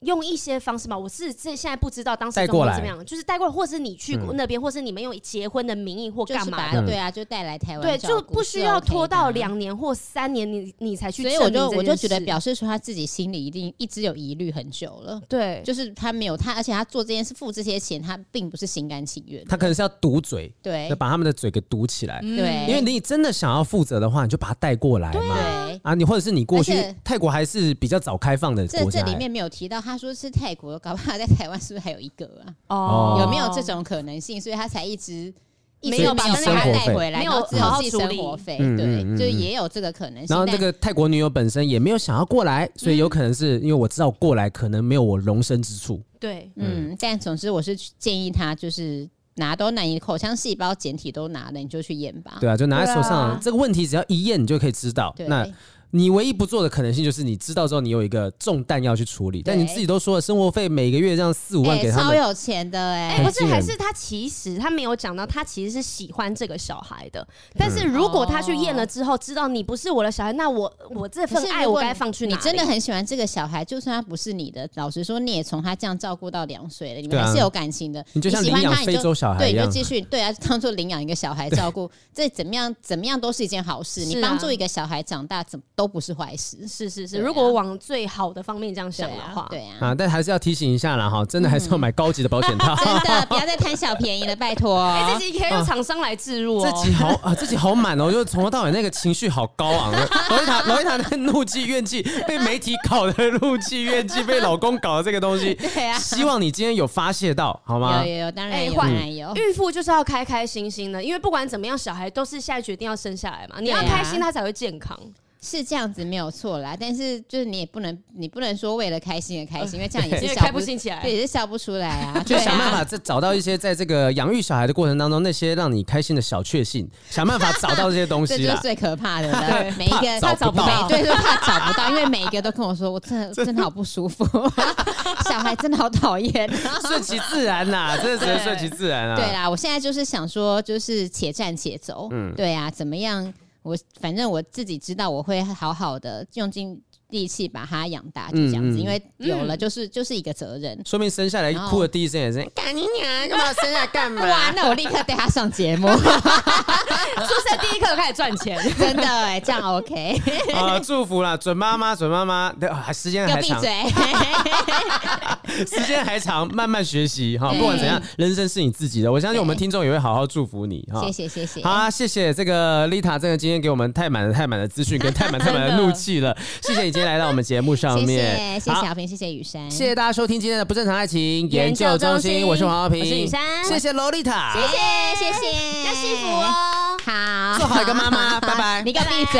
用一些方式嘛。我是这现在不知道当时带状况过来怎么样，就是带过来，或是你去那边，或是你们用结婚的名义或就是干嘛把的，对啊，就带来台湾嗯对，照顾，就不需是要 OK 的拖到啊。两年或三年你，你才去所证以我明这件事。就我就觉得表示说他自己心里一定一直有疑虑很久了，对，就是他没有他，而且他做这件事付这些钱，他并不是心甘情愿的。他可能是要堵嘴，对要把他们的嘴给堵起嗯来。嗯对，因为你真的想要负责的话，你就把他带过来嘛。对。啊，你或者是你过而去且泰国还是比较早开放的这国家、这里哎面没有提到，他说是泰国，搞不好在台湾是不是还有一个啊？哦有没有这？种可能性？所以他才一直一直没有把把那生个活带费回来，没有然后只有好自己好处生理活费，嗯对嗯嗯，就嗯也有这个可能性。然后那但个泰国女友本身也没有想要过来，嗯所以有可能是因为我知道过来可能没有我容身之处。对，嗯，但总之我是建议他就是拿都拿，你口腔细胞简体都拿了，你就去验吧。对啊，就拿在手对上，啊这个问题只要一验你就可以知道。对那你唯一不做的可能性就是你知道之后，你有一个重担要去处理，但你自己都说了，生活费每个月这样四五万哎给他超们，有钱的哎、哎，不很是，惊人还是他其实他没有讲到，他其实是喜欢这个小孩的。嗯哦但是如果他去验了之后，知道你不是我的小孩，那我我这可份是爱如我果该放去哪你里？真的很喜欢这个小孩，就算他不是你的，老实说，你也从他这样照顾到两岁了，你对们啊还是有感情的。你就像喜领欢养他，你非就洲小孩对，一你就样。继续对啊，当做领养一个小孩 (laughs) 照顾，这怎么样怎么样都是一件好事。是你啊帮助一个小孩长大，怎么都不是坏事。是是是，对啊如果往最好的方面这样对想的啊话，，对啊，啊，但还是要提醒一下啦，哈，真的还是要买高级的保险套。 (laughs) 真的 (laughs) 不要再贪小便宜了，拜托。 (laughs) 哎，这集嗯可以用厂商来置入这哦。集好啊，这集好满哦，就是从头到尾那个情绪好高昂 (laughs) 啊。罗一塔，罗一塔的怒气怨气被媒体搞的怒气怨气，被老公搞的这个东西， (laughs) 对啊，希望你今天有发泄到好吗有？有有，当然哎有，换当然嗯有。 (laughs) 孕妇就是要开开心心的，因为不管怎么样，小孩都是现在决定要生下来嘛，你要对啊开心，他才会健康。是这样子没有错啦，但是就是你也不能，你不能说为了开心而开心，因为这样也呃因是为笑开不兴起来啊对，也是笑不出来 (laughs) 啊。就对啊想办法再找到一些在这个养育小孩的过程当中那些让你开心的小确 (laughs) 幸，想办法找到这些东这西就是啦。最可怕的了对。每一个怕找不到每对，就怕找不到，因为每一个都跟我说，我真的真的好不舒服， (laughs) 小孩真的好讨 (laughs) 厌。顺其自然 (laughs) 呐、真的只能顺其自然啊。对啦，我现在就是想说，就是且战且走。嗯，对啊，怎么样？我反正我自己知道，我会好好的用尽力气把他养大，就这样嗯子。嗯因为有了就是就是一个责任。说明生下来哭的第一声也是哦干你娘，啊干嘛生下来啊干嘛？(laughs) (laughs) 哇，那我立刻带他上节目，出生第一刻就开始赚钱， (laughs) 真的哎、这样 (laughs) OK。啊、祝福啦，准妈妈，准妈妈，对，啊时间给我还闭长，嘴！ (laughs) (laughs) 时间还长，慢慢学习哈。对不管怎样，人生是你自己的，我相信我们听众也会好好祝福你哈。谢谢谢谢。好、啊，谢谢这个丽塔，真的今天给我们太满了太满的资讯跟太满太满的真的怒气了，谢谢你今天来到我们节目上谢面，谢谢谢好小平，谢谢雨山，谢谢大家收听今天的不正常爱情研究中研究中心，心我是黄浩平，我是雨珊谢谢洛丽塔，谢谢谢谢，要幸福哦。好， (laughs) 做好一个妈妈，拜拜。你给我闭嘴。